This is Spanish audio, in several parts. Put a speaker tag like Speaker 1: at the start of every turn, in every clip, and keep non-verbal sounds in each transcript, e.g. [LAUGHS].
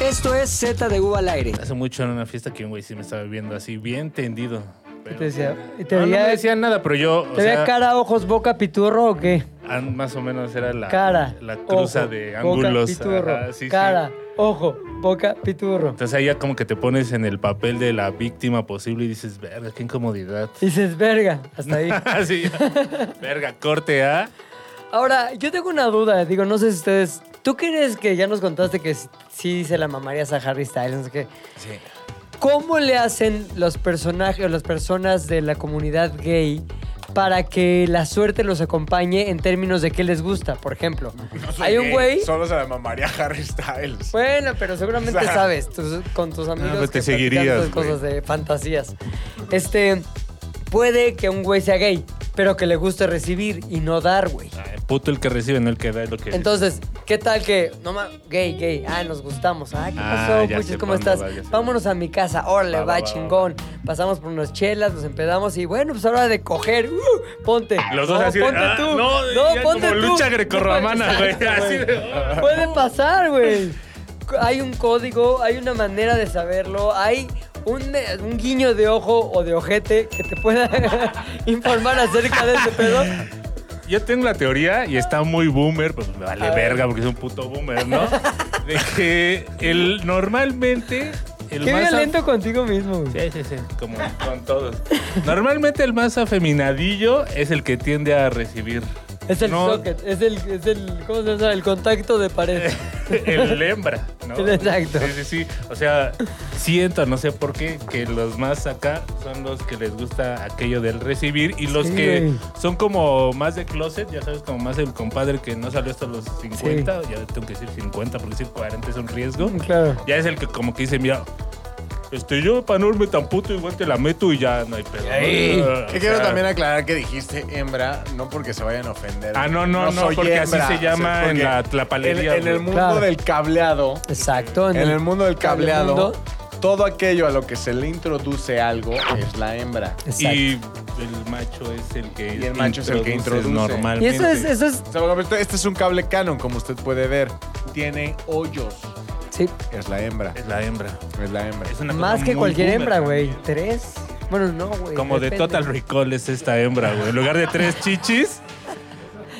Speaker 1: Esto es Z de U al aire.
Speaker 2: Hace mucho en una fiesta que un güey sí me estaba viendo así, bien tendido.
Speaker 3: Y
Speaker 2: Pero- Ah,
Speaker 3: te decía, y te
Speaker 2: no, no
Speaker 3: veía-
Speaker 2: me decían nada, pero yo, o
Speaker 3: ¿te veía
Speaker 2: sea,
Speaker 3: cara, ojos, boca, piturro o qué?
Speaker 2: ah, más o menos era la,
Speaker 3: Cara.
Speaker 2: Ah, la cruza
Speaker 3: ojo,
Speaker 2: de
Speaker 3: boca,
Speaker 2: ángulos.
Speaker 3: piturro,
Speaker 2: Ajá, sí, sí.
Speaker 3: cara, ojo, boca, piturro.
Speaker 2: Entonces ahí ya como que te pones en el papel de la víctima posible y dices, verga, qué incomodidad.
Speaker 3: Dices, verga, hasta ahí.
Speaker 2: [LAUGHS] Así, verga, corte ¿ah?". A.
Speaker 3: Ahora, yo tengo una duda, digo, no sé si ustedes. ¿Tú crees que ya nos contaste que s- sí se la mamarías a Harry Styles? no sé qué?
Speaker 2: Sí.
Speaker 3: ¿Cómo le hacen los personajes o las personas de la comunidad gay para que la suerte los acompañe en términos de qué les gusta? Por ejemplo,
Speaker 4: No soy
Speaker 3: hay un
Speaker 4: gay,
Speaker 3: güey.
Speaker 4: Solo se la mamaría a Harry Styles.
Speaker 3: Bueno, pero seguramente
Speaker 4: [LAUGHS] O sea.
Speaker 3: sabes tus- con tus amigos
Speaker 2: Ah, pues te
Speaker 3: que platican
Speaker 2: seguirías,
Speaker 3: esas cosas de fantasías. Este puede que un güey sea gay, pero que le guste recibir y no dar, güey.
Speaker 2: Ay, puto el que recibe, no el que da, es lo que...
Speaker 3: Entonces, ¿qué tal que no ma- gay, gay? Ah, nos gustamos. Ah, ¿qué
Speaker 2: Ah,
Speaker 3: pasó,
Speaker 2: ya
Speaker 3: puchis?
Speaker 2: sé
Speaker 3: ¿Cómo
Speaker 2: cuándo
Speaker 3: estás?
Speaker 2: va, ya sé
Speaker 3: Vámonos a mi casa. Órale,
Speaker 2: Va,
Speaker 3: va,
Speaker 2: va, va,
Speaker 3: chingón. Pasamos por unas chelas, nos empedamos y bueno, pues ahora de coger. ¡uh! ponte.
Speaker 2: Los dos
Speaker 3: No,
Speaker 2: así de,
Speaker 3: ponte
Speaker 2: "Ah,
Speaker 3: tú.
Speaker 2: no, ya como lucha
Speaker 3: [LAUGHS]
Speaker 2: grecorromana, güey, así de, "Ah".
Speaker 3: Puede pasar, güey. Hay un código, hay una manera de saberlo, hay un, un guiño de ojo o de ojete que te pueda [LAUGHS] informar acerca de ese pedo.
Speaker 2: Yo tengo la teoría y está muy boomer, pues me vale verga porque es un puto boomer,
Speaker 3: [LAUGHS]
Speaker 2: ¿no? De que el normalmente el
Speaker 3: Qué
Speaker 2: más af-
Speaker 3: violento contigo mismo,
Speaker 2: Sí,
Speaker 3: güey.
Speaker 2: sí, sí, como con todos. Normalmente el más afeminadillo es el que tiende a recibir.
Speaker 3: Es el
Speaker 2: No,
Speaker 3: socket, es el, es el, ¿cómo se llama? El contacto de pared.
Speaker 2: [LAUGHS] El hembra, ¿no?
Speaker 3: El exacto.
Speaker 2: Sí, sí, sí. O sea, siento, no sé por qué, que los más acá son los que les gusta aquello del recibir y los
Speaker 3: Sí,
Speaker 2: que
Speaker 3: güey.
Speaker 2: son como más de closet, ya sabes, como más el compadre que no salió hasta los 50, ya tengo que decir 50 porque decir 40 es un riesgo.
Speaker 3: claro.
Speaker 2: Ya es el que como que dice, mira, este, yo para no irme tan puto igual te la meto y ya no hay pedo. ¿no? O
Speaker 4: Que quiero
Speaker 2: sea,
Speaker 4: también aclarar que dijiste hembra, no porque se vayan a ofender.
Speaker 2: Ah, no, no, no,
Speaker 4: soy
Speaker 2: porque así
Speaker 4: hembra,
Speaker 2: se llama
Speaker 4: porque
Speaker 2: en la tlapalería,
Speaker 4: En, en el
Speaker 2: güey.
Speaker 4: mundo
Speaker 3: Claro.
Speaker 4: del cableado,
Speaker 3: Exacto.
Speaker 4: en el mundo del cableado,
Speaker 3: mundo.
Speaker 4: todo aquello a lo que se le introduce algo es la hembra.
Speaker 3: Exacto.
Speaker 2: Y
Speaker 3: Y,
Speaker 2: el macho es el que
Speaker 4: Y el macho es el que
Speaker 2: introduces
Speaker 4: introduce.
Speaker 2: normalmente.
Speaker 3: eso es, eso es,
Speaker 4: O sea, por ejemplo, Este es un cable canon, como usted puede ver. Tiene hoyos.
Speaker 3: sí,
Speaker 4: Es la hembra.
Speaker 2: Es la hembra.
Speaker 4: Es la hembra.
Speaker 2: Es una cosa
Speaker 3: más que
Speaker 2: muy
Speaker 3: cualquier
Speaker 2: boomer
Speaker 3: hembra,
Speaker 2: también.
Speaker 3: güey. Tres. Bueno, no, güey.
Speaker 2: Como de
Speaker 3: depende.
Speaker 2: Total Recall es esta hembra, güey. En lugar de tres
Speaker 3: [LAUGHS]
Speaker 2: chichis,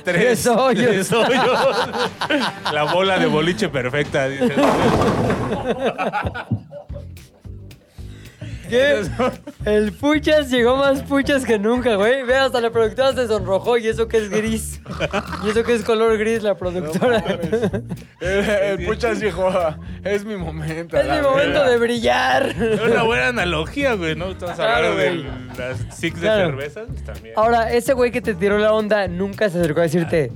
Speaker 3: Tres hoyos.
Speaker 2: tres hoyos. [LAUGHS] La bola de boliche perfecta.
Speaker 3: [LAUGHS]
Speaker 2: dice.
Speaker 3: ¿Qué? El puchas llegó más puchas que nunca, güey. Ve, hasta la productora se sonrojó y eso que es gris. Y eso que es color gris la productora. [LAUGHS]
Speaker 4: El, el Eh, puchas dijo, "Ah, es mi momento.
Speaker 3: es
Speaker 4: la
Speaker 3: mi momento
Speaker 4: verga".
Speaker 3: de brillar.
Speaker 2: Es una buena analogía, güey, ¿no? Estamos hablando
Speaker 3: Claro,
Speaker 2: de
Speaker 3: güey.
Speaker 2: las six de
Speaker 3: Claro.
Speaker 2: cervezas. pues, También.
Speaker 3: Ahora, ese güey que te tiró la onda nunca se acercó a decirte,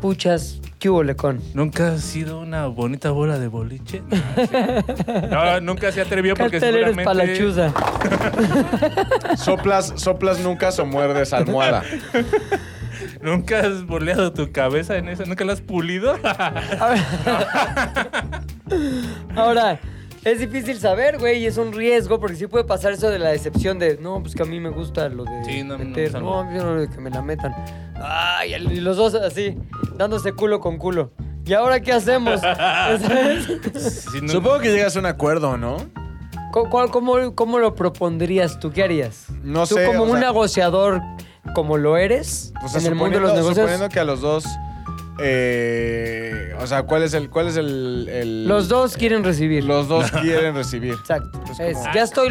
Speaker 3: puchas, ¿qué hubo, lecón?
Speaker 2: ¿Nunca has sido una bonita bola de boliche? [LAUGHS] No, sí. No, nunca se atrevió porque
Speaker 3: Cartel eres
Speaker 2: seguramente...
Speaker 3: palachuza.
Speaker 4: Soplas, soplas nucas o muerdes
Speaker 2: [LAUGHS]
Speaker 4: almohada.
Speaker 2: ¿Nunca has boleado tu cabeza en eso? ¿Nunca la has pulido? [LAUGHS]
Speaker 3: Ahora, es difícil saber, güey, y es un riesgo porque sí puede pasar eso de la decepción de, no, pues que a mí me gusta lo de
Speaker 2: Sí, no, a mí no me
Speaker 3: meter,
Speaker 2: gusta,
Speaker 3: no,
Speaker 2: no.
Speaker 3: yo no, de que me la metan. Ay, y los dos así, dándose culo con culo. ¿Y ahora qué
Speaker 2: [LAUGHS]
Speaker 3: hacemos?
Speaker 2: Sí, no-
Speaker 4: Supongo que llegas a un acuerdo, ¿no?
Speaker 3: ¿Cu- cuál- cómo, cómo lo propondrías tú? ¿Qué harías?
Speaker 4: No
Speaker 3: ¿Tú
Speaker 4: sé,
Speaker 3: como
Speaker 4: o
Speaker 3: un
Speaker 4: sea-
Speaker 3: negociador como lo eres
Speaker 4: O sea,
Speaker 3: en el mundo de
Speaker 4: suponiendo-
Speaker 3: los negocios?
Speaker 4: Suponiendo que a los dos. eh, o sea, ¿cuál es el. Cuál es el, el-
Speaker 3: Los dos quieren recibir. [LAUGHS]
Speaker 4: Los dos quieren recibir.
Speaker 3: Exacto.
Speaker 4: Es
Speaker 3: Es,
Speaker 4: pues como-
Speaker 3: ya estoy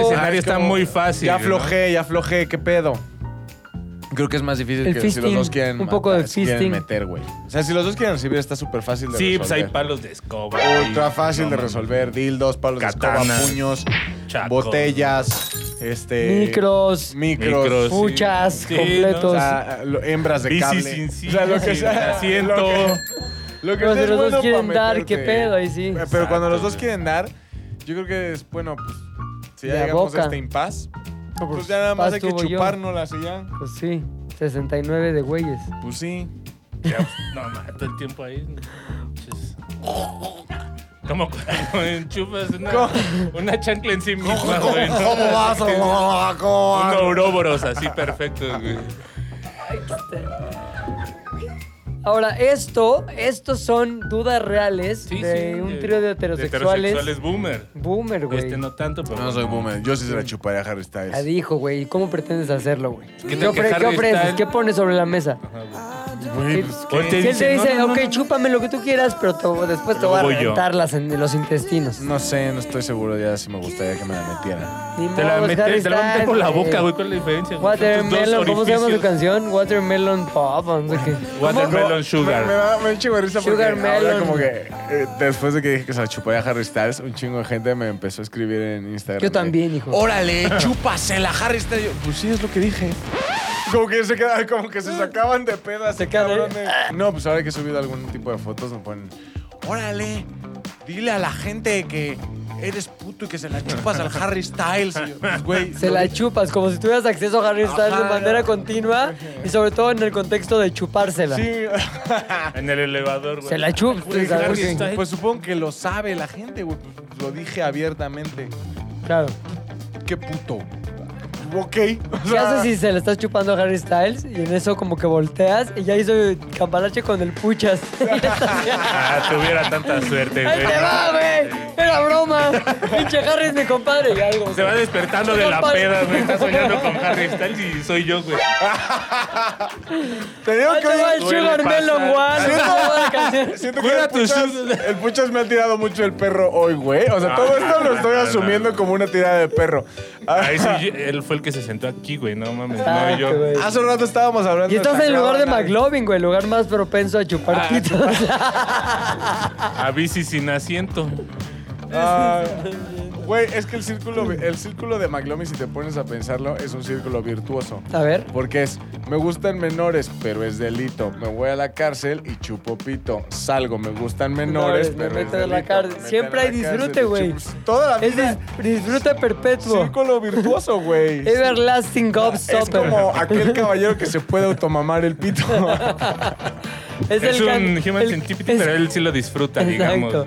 Speaker 2: ese
Speaker 4: Ah,
Speaker 2: Este escenario
Speaker 4: es
Speaker 2: está
Speaker 4: como,
Speaker 2: muy fácil.
Speaker 4: Ya
Speaker 2: ¿no?
Speaker 4: aflojé, ya aflojé, ¿qué pedo? Creo que es más difícil
Speaker 3: El
Speaker 4: que si
Speaker 3: fisting,
Speaker 4: los dos quieren.
Speaker 3: un poco de
Speaker 4: si quieren
Speaker 3: fisting.
Speaker 4: meter, güey. O sea, si los dos quieren recibir, está súper fácil de
Speaker 2: Sí, pues
Speaker 4: resolver.
Speaker 2: hay palos de escoba.
Speaker 4: Ultra
Speaker 2: y-
Speaker 4: fácil
Speaker 2: no,
Speaker 4: de
Speaker 2: mames.
Speaker 4: resolver. Dildos, palos de
Speaker 2: Katanas.
Speaker 4: escoba, puños,
Speaker 2: Chacos.
Speaker 4: botellas,
Speaker 2: Eh,
Speaker 4: este.
Speaker 3: Micros,
Speaker 4: Micros.
Speaker 2: Micros. sí.
Speaker 3: puchas,
Speaker 2: Sí,
Speaker 3: completos.
Speaker 4: O sea, lo- hembras de
Speaker 2: Bici
Speaker 4: cable.
Speaker 2: sin
Speaker 4: o sea, [LAUGHS] lo
Speaker 2: silla,
Speaker 4: que
Speaker 2: sin
Speaker 4: sea.
Speaker 2: asiento.
Speaker 4: Lo que, lo
Speaker 3: Pero
Speaker 4: que sea
Speaker 3: si
Speaker 4: es
Speaker 3: los dos
Speaker 4: bueno
Speaker 3: quieren
Speaker 4: pa'
Speaker 3: dar,
Speaker 4: meterte.
Speaker 3: ¿qué pedo? Ahí sí.
Speaker 4: Pero cuando los
Speaker 2: Exacto,
Speaker 4: dos
Speaker 2: güey.
Speaker 4: quieren dar, yo creo que es bueno, pues. Si ya
Speaker 3: De a
Speaker 4: llegamos
Speaker 3: boca.
Speaker 4: a este impas,
Speaker 3: No,
Speaker 4: pues ya nada más
Speaker 3: paz
Speaker 4: hay que
Speaker 3: tuvo yo.
Speaker 4: chupárnoslas y ya.
Speaker 3: Pues sí, 69 de güeyes.
Speaker 4: Pues sí.
Speaker 2: Ya, pues, No, mames, todo el tiempo ahí. Chis. Como cuando enchufas una,
Speaker 4: ¿Cómo?
Speaker 2: una chancla en sí misma,
Speaker 4: [LAUGHS]
Speaker 2: güey. ¿no? [LAUGHS]
Speaker 4: vas? ¿Cómo
Speaker 2: Un
Speaker 4: vas?
Speaker 2: ouroboros así perfecto, güey.
Speaker 3: Ahora, esto, estos son dudas reales
Speaker 2: Sí,
Speaker 3: de
Speaker 2: sí,
Speaker 3: un trío de
Speaker 2: De
Speaker 3: heterosexuales.
Speaker 2: heterosexuales boomer.
Speaker 3: Boomer, güey.
Speaker 2: Este no tanto, pero.
Speaker 4: No soy boomer. Yo sí se la chuparía a Harry Styles.
Speaker 3: Ya dijo, güey. ¿y ¿Cómo pretendes hacerlo, güey? ¿Qué,
Speaker 2: tal que
Speaker 3: ofre-
Speaker 2: Harry
Speaker 3: qué ofreces?
Speaker 2: Styles-
Speaker 3: ¿Qué pones sobre la mesa?
Speaker 4: Güey, pues,
Speaker 3: Si
Speaker 4: ¿qué?
Speaker 2: Hoy te
Speaker 3: él te
Speaker 2: dice,
Speaker 3: dice,
Speaker 2: no, no,
Speaker 3: ok,
Speaker 2: no, no".
Speaker 3: chúpame lo que tú quieras, pero te- después te
Speaker 2: Luego
Speaker 3: voy a
Speaker 2: voy yo.
Speaker 3: reventar las en los intestinos.
Speaker 4: No sé, no estoy seguro ya si me gustaría que me la metiera.
Speaker 3: Ni
Speaker 2: Te la
Speaker 3: modos, Harry
Speaker 2: metes, te la van a meter por la
Speaker 3: Styles,
Speaker 2: boca, güey. ¿Cuál es la diferencia? güey? Son tus dos
Speaker 3: Watermelon, ¿cómo se llama su
Speaker 2: orificios.
Speaker 3: canción? Watermelon Pop, no sé qué.
Speaker 2: Watermelon
Speaker 4: Me, me
Speaker 2: Sugar.
Speaker 4: da me da un chingo de risa porque
Speaker 3: Sugar
Speaker 4: ahora
Speaker 3: Melon.
Speaker 4: como que eh, después de que dije que se la chuparía a Harry Styles, un chingo de gente me empezó a escribir en Instagram.
Speaker 3: Yo
Speaker 4: de,
Speaker 3: también, hijo.
Speaker 4: Órale, chúpasela, Harry Styles. Yo, Pues sí, es lo que dije. Como que se queda- como que se sacaban de pedas, se
Speaker 3: quedan ahí.
Speaker 4: cabrones. No, pues ahora que he subido algún tipo de fotos me ponen, órale, dile a la gente que eres puto y que se la chupas al Harry Styles. Y yo, pues, güey,
Speaker 3: Se
Speaker 4: lo
Speaker 3: la
Speaker 4: dije.
Speaker 3: chupas, como si tuvieras acceso a Harry Styles de
Speaker 4: Ajá.
Speaker 3: manera continua y sobre todo en el contexto de chupársela.
Speaker 4: Sí.
Speaker 2: En el elevador, güey.
Speaker 3: Se la chupas.
Speaker 4: [LAUGHS]
Speaker 2: Güey,
Speaker 3: ¿sabes?
Speaker 2: Harry
Speaker 3: Sí,
Speaker 2: Styles.
Speaker 4: pues supongo que lo sabe la gente, güey. Pues, Lo dije abiertamente.
Speaker 3: Claro.
Speaker 4: Qué puto. Ok. O
Speaker 3: ¿Qué
Speaker 4: sea,
Speaker 3: haces si se la estás chupando a Harry Styles y en eso como que volteas y ya hizo cambalache con el
Speaker 4: [LAUGHS]
Speaker 3: puchas? [LAUGHS]
Speaker 2: Ah, tuviera tanta suerte,
Speaker 3: ¡Ahí
Speaker 2: güey.
Speaker 3: te va, güey! ¡Era broma! ¡Pinche Harry es mi compadre! Y algo.
Speaker 2: Se va despertando de la
Speaker 3: Compadre.
Speaker 2: peda, güey. Está soñando con Harry Styles y soy yo, güey.
Speaker 4: Te digo
Speaker 3: Ahí
Speaker 4: que
Speaker 3: te va el
Speaker 4: hoy,
Speaker 2: Duele
Speaker 3: Sugar
Speaker 2: pasar.
Speaker 3: Melon One.
Speaker 4: Siento-
Speaker 3: Esa buena canción.
Speaker 4: Siento que
Speaker 2: Cuida
Speaker 4: el
Speaker 2: tu
Speaker 4: puchas,
Speaker 2: sus-
Speaker 4: el puchas me ha tirado mucho el perro hoy, güey. O sea,
Speaker 2: No,
Speaker 4: todo
Speaker 2: no,
Speaker 4: esto
Speaker 2: Ah, no,
Speaker 4: lo
Speaker 2: no,
Speaker 4: estoy
Speaker 2: no,
Speaker 4: asumiendo
Speaker 2: no.
Speaker 4: como una tirada de perro. Ah,
Speaker 2: Ahí sí, yo- él fue el que se sentó aquí, güey. No mames,
Speaker 3: Ah,
Speaker 2: no yo.
Speaker 3: qué güey.
Speaker 4: Hace un rato estábamos hablando.
Speaker 3: Y estás en el
Speaker 4: Sacaba
Speaker 3: lugar de
Speaker 4: una-
Speaker 3: McLovin, güey, el lugar más propenso a
Speaker 4: Ah,
Speaker 3: chupar pitos.
Speaker 4: [LAUGHS]
Speaker 2: A bici sin asiento.
Speaker 4: Ah, Güey, es que el círculo, el círculo de McLovin, si te pones a pensarlo, es un círculo virtuoso.
Speaker 3: A ver.
Speaker 4: Porque es, me gustan menores, pero es delito. Me voy a la cárcel y chupo pito. Salgo, me gustan
Speaker 3: Menores,
Speaker 4: menores,
Speaker 3: me
Speaker 4: pero es
Speaker 3: meto a
Speaker 4: delito.
Speaker 3: la cárcel.
Speaker 4: Me meten
Speaker 3: Siempre
Speaker 4: a la
Speaker 3: hay disfrute,
Speaker 4: cárcel y
Speaker 3: güey.
Speaker 4: chupo- Toda la
Speaker 3: Es
Speaker 4: vida.
Speaker 3: dis- disfrute perpetuo.
Speaker 4: Círculo
Speaker 3: [LAUGHS]
Speaker 4: virtuoso, güey.
Speaker 3: Everlasting
Speaker 4: Ah, Es
Speaker 3: Gobstopper.
Speaker 4: como aquel caballero que se puede automamar el pito.
Speaker 2: Es
Speaker 3: can-
Speaker 2: un human
Speaker 3: el-
Speaker 2: centipede,
Speaker 3: es-
Speaker 2: pero él sí lo disfruta,
Speaker 3: Exacto.
Speaker 2: digamos.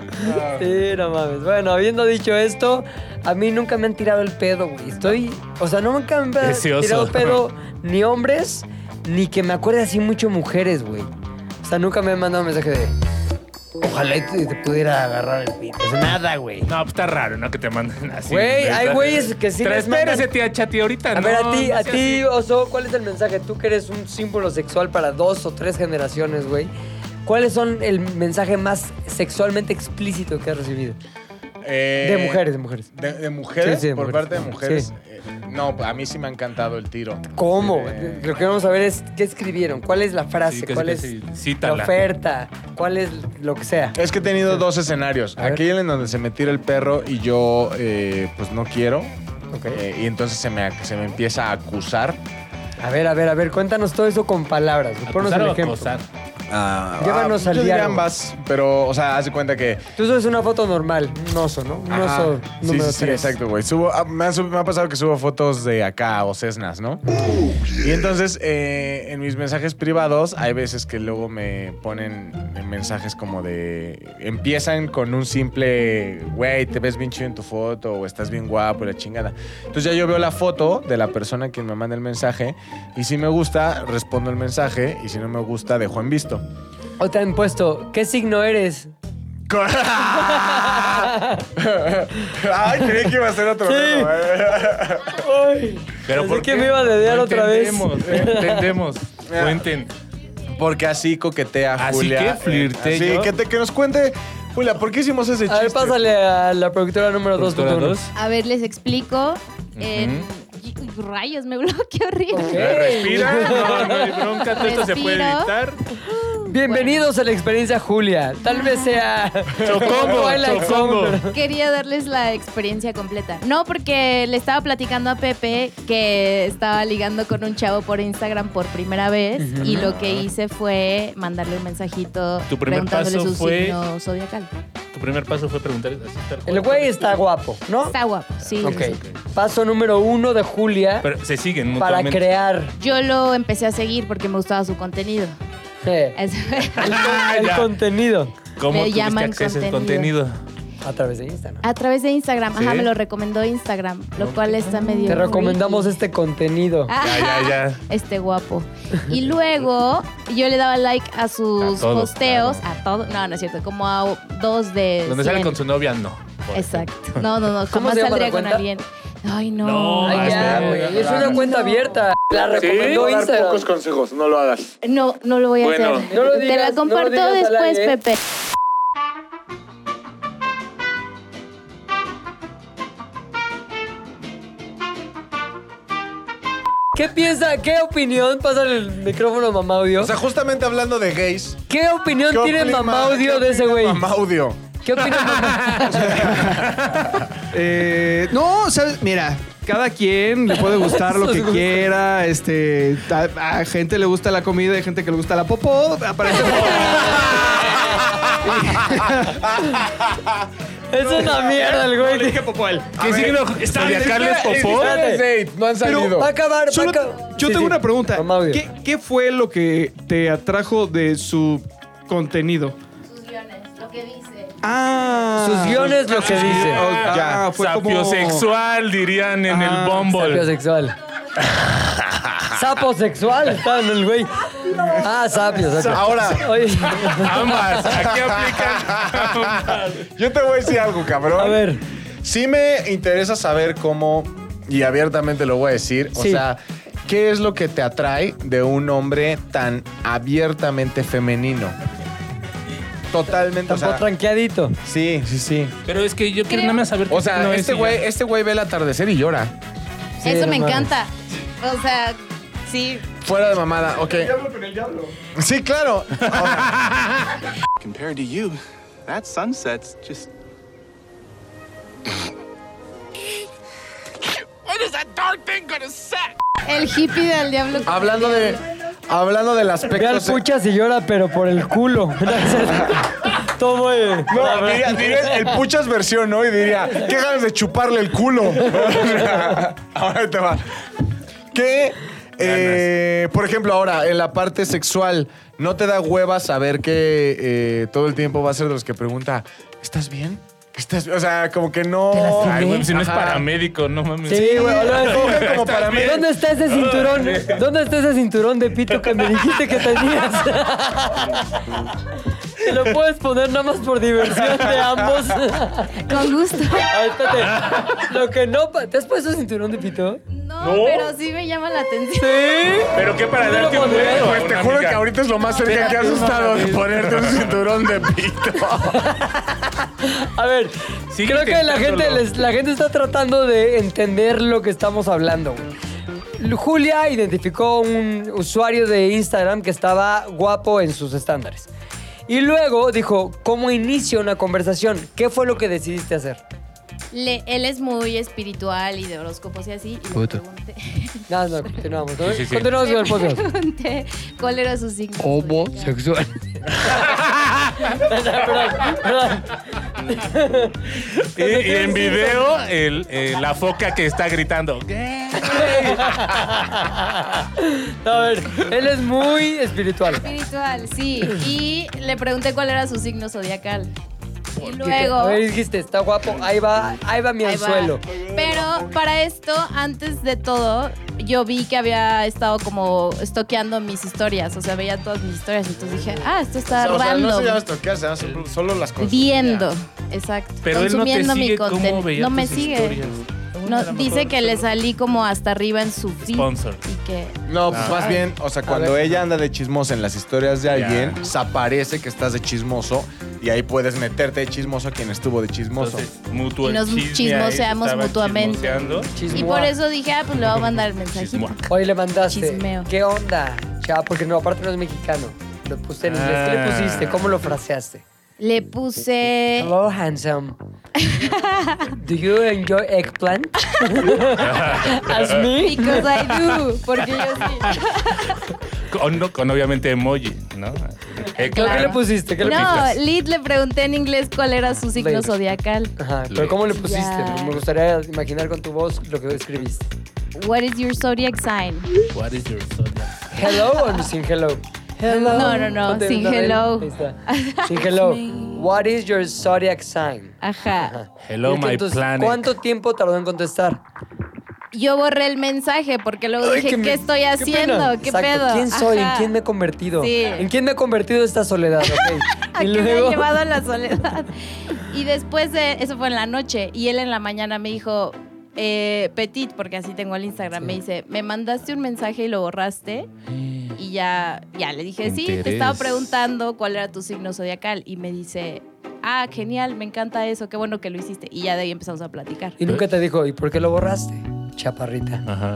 Speaker 3: Sí, no mames. Bueno, habiendo dicho esto, a mí nunca me han tirado el pedo, güey. Estoy. O sea, no nunca me han
Speaker 2: Deseoso.
Speaker 3: tirado pedo ni hombres, ni que me acuerde así mucho mujeres, güey. O sea, nunca me han mandado un mensaje de. Ojalá y te, te pudiera agarrar el pito. O sea, nada, güey.
Speaker 2: No, pues está raro, ¿no? Que te manden así.
Speaker 3: Güey, hay güeyes que sí
Speaker 2: Pero
Speaker 3: les mandan-
Speaker 2: espérese, tía Chati, ahorita
Speaker 3: A ver,
Speaker 2: no,
Speaker 3: a ti,
Speaker 2: no
Speaker 3: a
Speaker 2: sea
Speaker 3: ti,
Speaker 2: así.
Speaker 3: Oso, ¿cuál es el mensaje? Tú que eres un símbolo sexual para dos o tres generaciones, güey. ¿Cuáles son el mensaje más sexualmente explícito que has recibido?
Speaker 4: [LAUGHS] Eh,
Speaker 3: De mujeres, de mujeres.
Speaker 4: ¿De, de mujeres?
Speaker 3: Sí, sí, de
Speaker 4: Por
Speaker 3: mujeres.
Speaker 4: parte de mujeres.
Speaker 3: Sí.
Speaker 4: eh, no, a mí sí me ha encantado el tiro.
Speaker 3: ¿Cómo?
Speaker 4: Eh,
Speaker 3: Lo que vamos a ver es qué escribieron, cuál es la frase,
Speaker 2: Sí, casi,
Speaker 3: cuál
Speaker 2: casi,
Speaker 3: es
Speaker 2: cítala.
Speaker 3: la oferta, cuál es lo que sea.
Speaker 4: Es que he tenido dos escenarios.
Speaker 3: A ver.
Speaker 4: Aquel en donde se me tira el perro y yo, eh, pues no quiero.
Speaker 3: Ok.
Speaker 4: Eh, y entonces se me, se me empieza a acusar.
Speaker 3: A ver, a ver, a ver, cuéntanos todo eso con palabras. Ponnos
Speaker 2: Acusar
Speaker 3: el
Speaker 2: o
Speaker 3: ejemplo.
Speaker 2: acosar.
Speaker 4: Ah,
Speaker 3: Llévanos al
Speaker 4: yo diría
Speaker 3: diálogo.
Speaker 4: ambas, pero, o sea, hace cuenta que.
Speaker 3: Tú subes una foto normal, un oso, ¿no? Un
Speaker 4: Ajá.
Speaker 3: oso
Speaker 4: sí,
Speaker 3: número
Speaker 4: sí, sí,
Speaker 3: tres.
Speaker 4: exacto, güey. Subo, ah, me, han sub- me ha pasado que subo fotos de acá o Cessnas, ¿no? Y entonces, eh, en mis mensajes privados, hay veces que luego me ponen mensajes como de. Empiezan con un simple, güey, te ves bien chido en tu foto o estás bien guapo, y la chingada. Entonces ya yo veo la foto de la persona a quien me manda el mensaje y si me gusta, respondo el mensaje y si no me gusta, dejo en
Speaker 3: [LAUGHS]
Speaker 4: visto. [LAUGHS]
Speaker 3: O te han puesto, ¿qué signo eres?
Speaker 4: Ay, creí que iba a ser otro.
Speaker 3: Sí.
Speaker 4: pedo, eh.
Speaker 3: Ay,
Speaker 2: Pero
Speaker 3: pensé
Speaker 2: ¿por
Speaker 3: que
Speaker 2: qué?
Speaker 3: me iba a dedear
Speaker 2: No
Speaker 3: otra vez.
Speaker 2: Entendemos, no
Speaker 3: [LAUGHS]
Speaker 2: entendemos. Cuenten.
Speaker 4: Porque así coquetea
Speaker 2: Así
Speaker 4: Julia.
Speaker 2: que flirté
Speaker 4: Así
Speaker 2: yo.
Speaker 4: que, te- que nos cuente, Julia, ¿por qué hicimos ese chiste?
Speaker 3: A ver, pásale a la productora número
Speaker 2: Productora
Speaker 3: 2.1.
Speaker 2: dos.
Speaker 5: A ver, les explico. En- y- Rayos, me [LAUGHS] bloqueé horrible.
Speaker 3: Ok.
Speaker 2: Eh, Respira, no, no hay bronca, todo esto se puede
Speaker 5: Respiro.
Speaker 2: editar.
Speaker 3: Bienvenidos a la experiencia Julia. Tal vez sea [LAUGHS]
Speaker 2: Chocongo,
Speaker 3: Twilight Zone,
Speaker 2: chocongo.
Speaker 3: pero-
Speaker 5: Quería darles la experiencia completa. No, porque le estaba platicando a Pepe que estaba ligando con un chavo por Instagram por primera vez y lo que hice fue mandarle un mensajito
Speaker 2: Ah. Tu primer
Speaker 5: preguntándole
Speaker 2: paso
Speaker 5: su
Speaker 2: fue-
Speaker 5: signo zodiacal.
Speaker 2: Tu primer paso fue preguntar así tal cual.
Speaker 3: El güey está guapo, ¿no?
Speaker 5: Está guapo, sí.
Speaker 3: Ok. Paso número uno de Julia
Speaker 2: Pero se siguen
Speaker 3: para
Speaker 2: mutuamente.
Speaker 3: crear
Speaker 5: Yo lo empecé a seguir porque me gustaba su contenido.
Speaker 3: eh,
Speaker 5: Es- [LAUGHS]
Speaker 3: el [LAUGHS]
Speaker 2: ya.
Speaker 3: contenido.
Speaker 2: ¿Cómo
Speaker 5: Le
Speaker 2: tuviste
Speaker 5: llaman
Speaker 2: acceso al contenido?
Speaker 3: A través de Instagram.
Speaker 5: A través de Instagram. Ajá,
Speaker 2: ¿Sí?
Speaker 5: me lo recomendó Instagram, lo cual está medio.
Speaker 3: Te recomendamos
Speaker 5: creepy. Ah,
Speaker 3: este contenido.
Speaker 2: Ya, ya, ya.
Speaker 5: Este guapo. Y luego yo le daba like a sus
Speaker 2: A todo,
Speaker 5: posteos,
Speaker 2: claro.
Speaker 5: a todo. No, no es cierto, como a dos de.
Speaker 2: Donde sale
Speaker 5: 100.
Speaker 2: con su novia, no. por ejemplo.
Speaker 5: Exacto. No, no, no.
Speaker 3: [LAUGHS] ¿Cómo
Speaker 5: Jamás
Speaker 3: se llama
Speaker 5: saldría
Speaker 3: la
Speaker 5: con
Speaker 3: cuenta?
Speaker 5: alguien. Ay, no.
Speaker 2: No,
Speaker 5: Ay,
Speaker 3: Ay,
Speaker 2: espera,
Speaker 3: ya,
Speaker 2: espera,
Speaker 3: güey. Es
Speaker 2: espera.
Speaker 3: una cuenta
Speaker 5: No.
Speaker 3: abierta. La
Speaker 2: Sí,
Speaker 3: recomendó
Speaker 6: Voy a dar
Speaker 3: Instagram.
Speaker 6: pocos consejos, no lo hagas.
Speaker 5: No, no lo voy a
Speaker 6: Bueno.
Speaker 5: hacer.
Speaker 3: No lo
Speaker 5: Te
Speaker 3: digas,
Speaker 5: la
Speaker 3: no lo
Speaker 5: comparto
Speaker 3: digas al
Speaker 5: después,
Speaker 3: aire.
Speaker 5: Pepe.
Speaker 3: ¿Qué piensa? ¿Qué opinión? Pasa el micrófono, mamá audio.
Speaker 4: O sea, justamente hablando de gays.
Speaker 3: ¿Qué opinión
Speaker 4: ¿qué
Speaker 3: tiene
Speaker 4: opina-
Speaker 3: mamá audio
Speaker 4: qué
Speaker 3: de ese
Speaker 4: opina
Speaker 3: güey?
Speaker 4: Mamá audio.
Speaker 3: ¿Qué opina mamá?
Speaker 7: Eh, no, o sea, mira, cada quien le puede gustar
Speaker 3: [LAUGHS]
Speaker 7: lo que
Speaker 3: Sus gustos.
Speaker 7: quiera. Este, a, a gente le gusta la comida, hay gente que le gusta la popó.
Speaker 3: [LAUGHS]
Speaker 7: aparentemente.
Speaker 3: es una mierda el
Speaker 7: No le
Speaker 3: güey.
Speaker 7: dije popó a él.
Speaker 2: ¿Qué signo zodiacal es popó?
Speaker 3: espera.
Speaker 4: Espérate. No han
Speaker 7: Pero-
Speaker 4: salido.
Speaker 3: Va a acabar, va a
Speaker 7: Solo-
Speaker 3: acabar.
Speaker 7: yo
Speaker 3: Sí,
Speaker 7: tengo
Speaker 3: sí.
Speaker 7: una pregunta.
Speaker 3: Mamá audio.
Speaker 7: ¿Qué, qué fue lo que te atrajo de su contenido?
Speaker 5: Sus guiones, lo que dice.
Speaker 7: Ah.
Speaker 3: Sus guiones lo que dice.
Speaker 7: Ah, ya, fue como-
Speaker 2: sapiosexual, dirían en
Speaker 7: Ah,
Speaker 2: el
Speaker 3: [LAUGHS] Sapio
Speaker 2: Bumble.
Speaker 3: sexual. Sapo sexual está en el güey. Ah, sapio, sapio.
Speaker 4: Ahora.
Speaker 3: Oye,
Speaker 2: Ambas, aquí aplican. ambas.
Speaker 4: Yo te voy a decir algo, cabrón.
Speaker 3: a ver.
Speaker 4: Sí me interesa saber cómo, y abiertamente lo voy a decir, o
Speaker 3: Sí.
Speaker 4: sea, ¿qué es lo que te atrae de un hombre tan abiertamente femenino? Totalmente, o
Speaker 3: Tampoco
Speaker 4: sea,
Speaker 3: tranqueadito.
Speaker 4: sí, sí, sí.
Speaker 2: Pero es que yo quiero
Speaker 5: Creo-
Speaker 2: nada más saber
Speaker 4: O
Speaker 2: qué
Speaker 4: sea,
Speaker 2: signo es
Speaker 4: este
Speaker 2: y ya.
Speaker 4: güey, este güey ve el atardecer y llora.
Speaker 3: Sí,
Speaker 5: Eso
Speaker 3: no
Speaker 5: me
Speaker 3: mames.
Speaker 5: encanta. O sea, sí.
Speaker 4: Fuera de mamada, ok.
Speaker 7: con el diablo.
Speaker 4: Sí, [LAUGHS] claro.
Speaker 6: Compared to you, that sunset's just.
Speaker 5: El hippie del diablo.
Speaker 2: Ah.
Speaker 5: con
Speaker 4: hablando
Speaker 5: el
Speaker 4: de
Speaker 5: diablo.
Speaker 4: hablando del
Speaker 3: Ve
Speaker 4: aspecto
Speaker 3: al
Speaker 4: se-
Speaker 3: puchas y llora, pero por el culo. [LAUGHS] Todo eh.
Speaker 4: No, diría, diría el puchas versión, ¿no? Y diría, qué ganas de chuparle el culo. [LAUGHS] ahora te va. Que, eh, por ejemplo, ahora, en la parte sexual, ¿no te da hueva saber que eh, todo el tiempo va a ser de los que pregunta, ¿estás bien? ¿Estás bien?" O sea, como que no...
Speaker 2: [LAUGHS] Ay, güey, si no es
Speaker 4: Ajá.
Speaker 2: paramédico, no mames.
Speaker 3: Sí, güey. hola,
Speaker 4: Cogen como
Speaker 2: Estás
Speaker 4: para mí.
Speaker 2: bien.
Speaker 3: ¿Dónde está ese cinturón? ¿Dónde está ese cinturón de pito que me dijiste que tenías? [LAUGHS] Te lo puedes poner nada más por diversión de ambos. [LAUGHS]
Speaker 5: Con gusto.
Speaker 3: A ver, espérate. Lo que no. pa- ¿Te has puesto cinturón de pito?
Speaker 5: No,
Speaker 2: ¿No?
Speaker 5: pero sí me llama la atención.
Speaker 3: Sí.
Speaker 2: Pero qué para
Speaker 3: No lo
Speaker 2: darte un
Speaker 3: pondré.
Speaker 2: beso.
Speaker 4: Pues te
Speaker 2: una
Speaker 4: juro
Speaker 2: amiga.
Speaker 4: que ahorita es lo más cerca que has estado de ponerte un cinturón
Speaker 3: [LAUGHS]
Speaker 4: de pito.
Speaker 3: A ver,
Speaker 2: Sigue
Speaker 3: creo que la gente,
Speaker 2: intentándolo.
Speaker 3: les- la gente está tratando de entender lo que estamos hablando. güey. Julia identificó un usuario de Instagram que estaba guapo en sus estándares. Y luego dijo, ¿cómo inicio una conversación? ¿Qué fue lo que decidiste hacer?
Speaker 5: Le- él es muy espiritual y de horóscopos y así. Y le pregunté,
Speaker 3: Nada, no, continuamos. ¿no?
Speaker 2: sí, sí.
Speaker 3: Continuamos con el
Speaker 5: le
Speaker 2: [LAUGHS]
Speaker 3: podcast. [LAUGHS]
Speaker 5: pregunté cuál era su signo. zodiacal.
Speaker 3: Homosexual. Perdón, perdón.
Speaker 2: Y, y en video, el, eh, la foca que está gritando.
Speaker 3: No, a ver, él es muy espiritual.
Speaker 5: Espiritual, sí. Y le pregunté cuál era su signo zodiacal. Y
Speaker 3: A
Speaker 5: luego.
Speaker 3: ver, dijiste, está guapo, ahí va, ahí va mi
Speaker 5: Ahí va.
Speaker 3: anzuelo.
Speaker 5: Pero para esto, antes de todo, yo vi que había estado como estoqueando mis historias. O sea, veía todas mis historias. Entonces dije, ah, esto está
Speaker 4: O sea, no
Speaker 5: random.
Speaker 4: se llama toquear, se llama solo las cosas.
Speaker 5: viendo. Exacto.
Speaker 2: Pero él no te
Speaker 5: consumiendo mi
Speaker 2: sigue cómo
Speaker 5: contenido.
Speaker 2: veía
Speaker 5: No me
Speaker 2: tus
Speaker 5: sigue.
Speaker 2: historias.
Speaker 5: No,
Speaker 2: A lo
Speaker 5: dice
Speaker 2: mejor
Speaker 5: que le
Speaker 2: solo-
Speaker 5: salí como hasta arriba en su feed.
Speaker 2: Sponsor.
Speaker 5: Y que.
Speaker 4: No, pues más bien, o sea, cuando ella anda de chismosa en las historias de alguien, se aparece que estás de chismoso y ahí puedes meterte de chismoso a quien estuvo de chismoso.
Speaker 2: Entonces, mutuo
Speaker 5: Y nos
Speaker 2: chisme ahí,
Speaker 5: chismoseamos
Speaker 2: estaba
Speaker 5: mutuamente.
Speaker 2: chismoseando.
Speaker 5: Y
Speaker 3: Chismoa.
Speaker 5: por eso dije, ah, pues le voy a mandar el mensajito.
Speaker 2: Chismoa.
Speaker 3: Hoy le mandaste.
Speaker 5: Chismeo.
Speaker 3: ¿Qué onda? Chava, porque no, aparte no es mexicano. Lo puse en inglés. ¿Qué le
Speaker 2: Ah.
Speaker 3: pusiste? ¿Cómo lo fraseaste?
Speaker 5: Le puse.
Speaker 3: Hello, handsome. Do you enjoy eggplant? As me.
Speaker 5: Because I do. Porque yo sí.
Speaker 2: Con, con obviamente emoji, ¿no? Eh,
Speaker 5: Claro.
Speaker 3: ¿Qué le pusiste? ¿Qué le
Speaker 5: No,
Speaker 3: pusiste?
Speaker 5: Lid le pregunté en inglés cuál era su signo
Speaker 3: Lid.
Speaker 5: zodiacal.
Speaker 3: Ajá, pero ¿cómo le pusiste?
Speaker 5: Ya.
Speaker 3: Me gustaría imaginar con tu voz lo que escribiste.
Speaker 5: What is your zodiac sign?
Speaker 2: What is your zodiac?
Speaker 3: ¿Hello o sin hello?
Speaker 5: No, no, no,
Speaker 3: Ponte
Speaker 5: sin
Speaker 3: una vela.
Speaker 5: hello. [LAUGHS]
Speaker 3: Ahí está. Sin hello. What is your zodiac sign?
Speaker 5: Ajá.
Speaker 2: Hello,
Speaker 3: Y que
Speaker 2: my
Speaker 3: entonces,
Speaker 2: planet.
Speaker 3: ¿Cuánto tiempo tardó en contestar?
Speaker 5: Yo borré el mensaje porque luego
Speaker 3: Ay,
Speaker 5: dije,
Speaker 3: que
Speaker 5: ¿qué,
Speaker 3: me-
Speaker 5: estoy
Speaker 3: qué
Speaker 5: haciendo?
Speaker 3: pena.
Speaker 5: ¿Qué,
Speaker 3: Exacto,
Speaker 5: pedo?
Speaker 3: ¿Quién soy? ¿En
Speaker 5: Ajá.
Speaker 3: quién me he convertido?
Speaker 5: Sí.
Speaker 3: ¿En quién me he convertido esta soledad? Ok.
Speaker 5: [LAUGHS] ¿A
Speaker 3: Y
Speaker 5: qué me
Speaker 3: luego-
Speaker 5: ha
Speaker 3: [LAUGHS]
Speaker 5: llevado la soledad? Y después de eso fue en la noche y él en la mañana me dijo, eh, Petit, porque así tengo el Instagram, me dice, me mandaste un mensaje y lo borraste. Y ya, ya le dije, sí, te
Speaker 2: Interés.
Speaker 5: estaba preguntando cuál era tu signo zodiacal. Y me dice, ah, genial, me encanta eso, qué bueno que lo hiciste. Y ya de ahí empezamos a platicar. [LAUGHS]
Speaker 3: Y nunca te dijo, ¿y por qué lo borraste? Chaparrita.
Speaker 2: Ajá.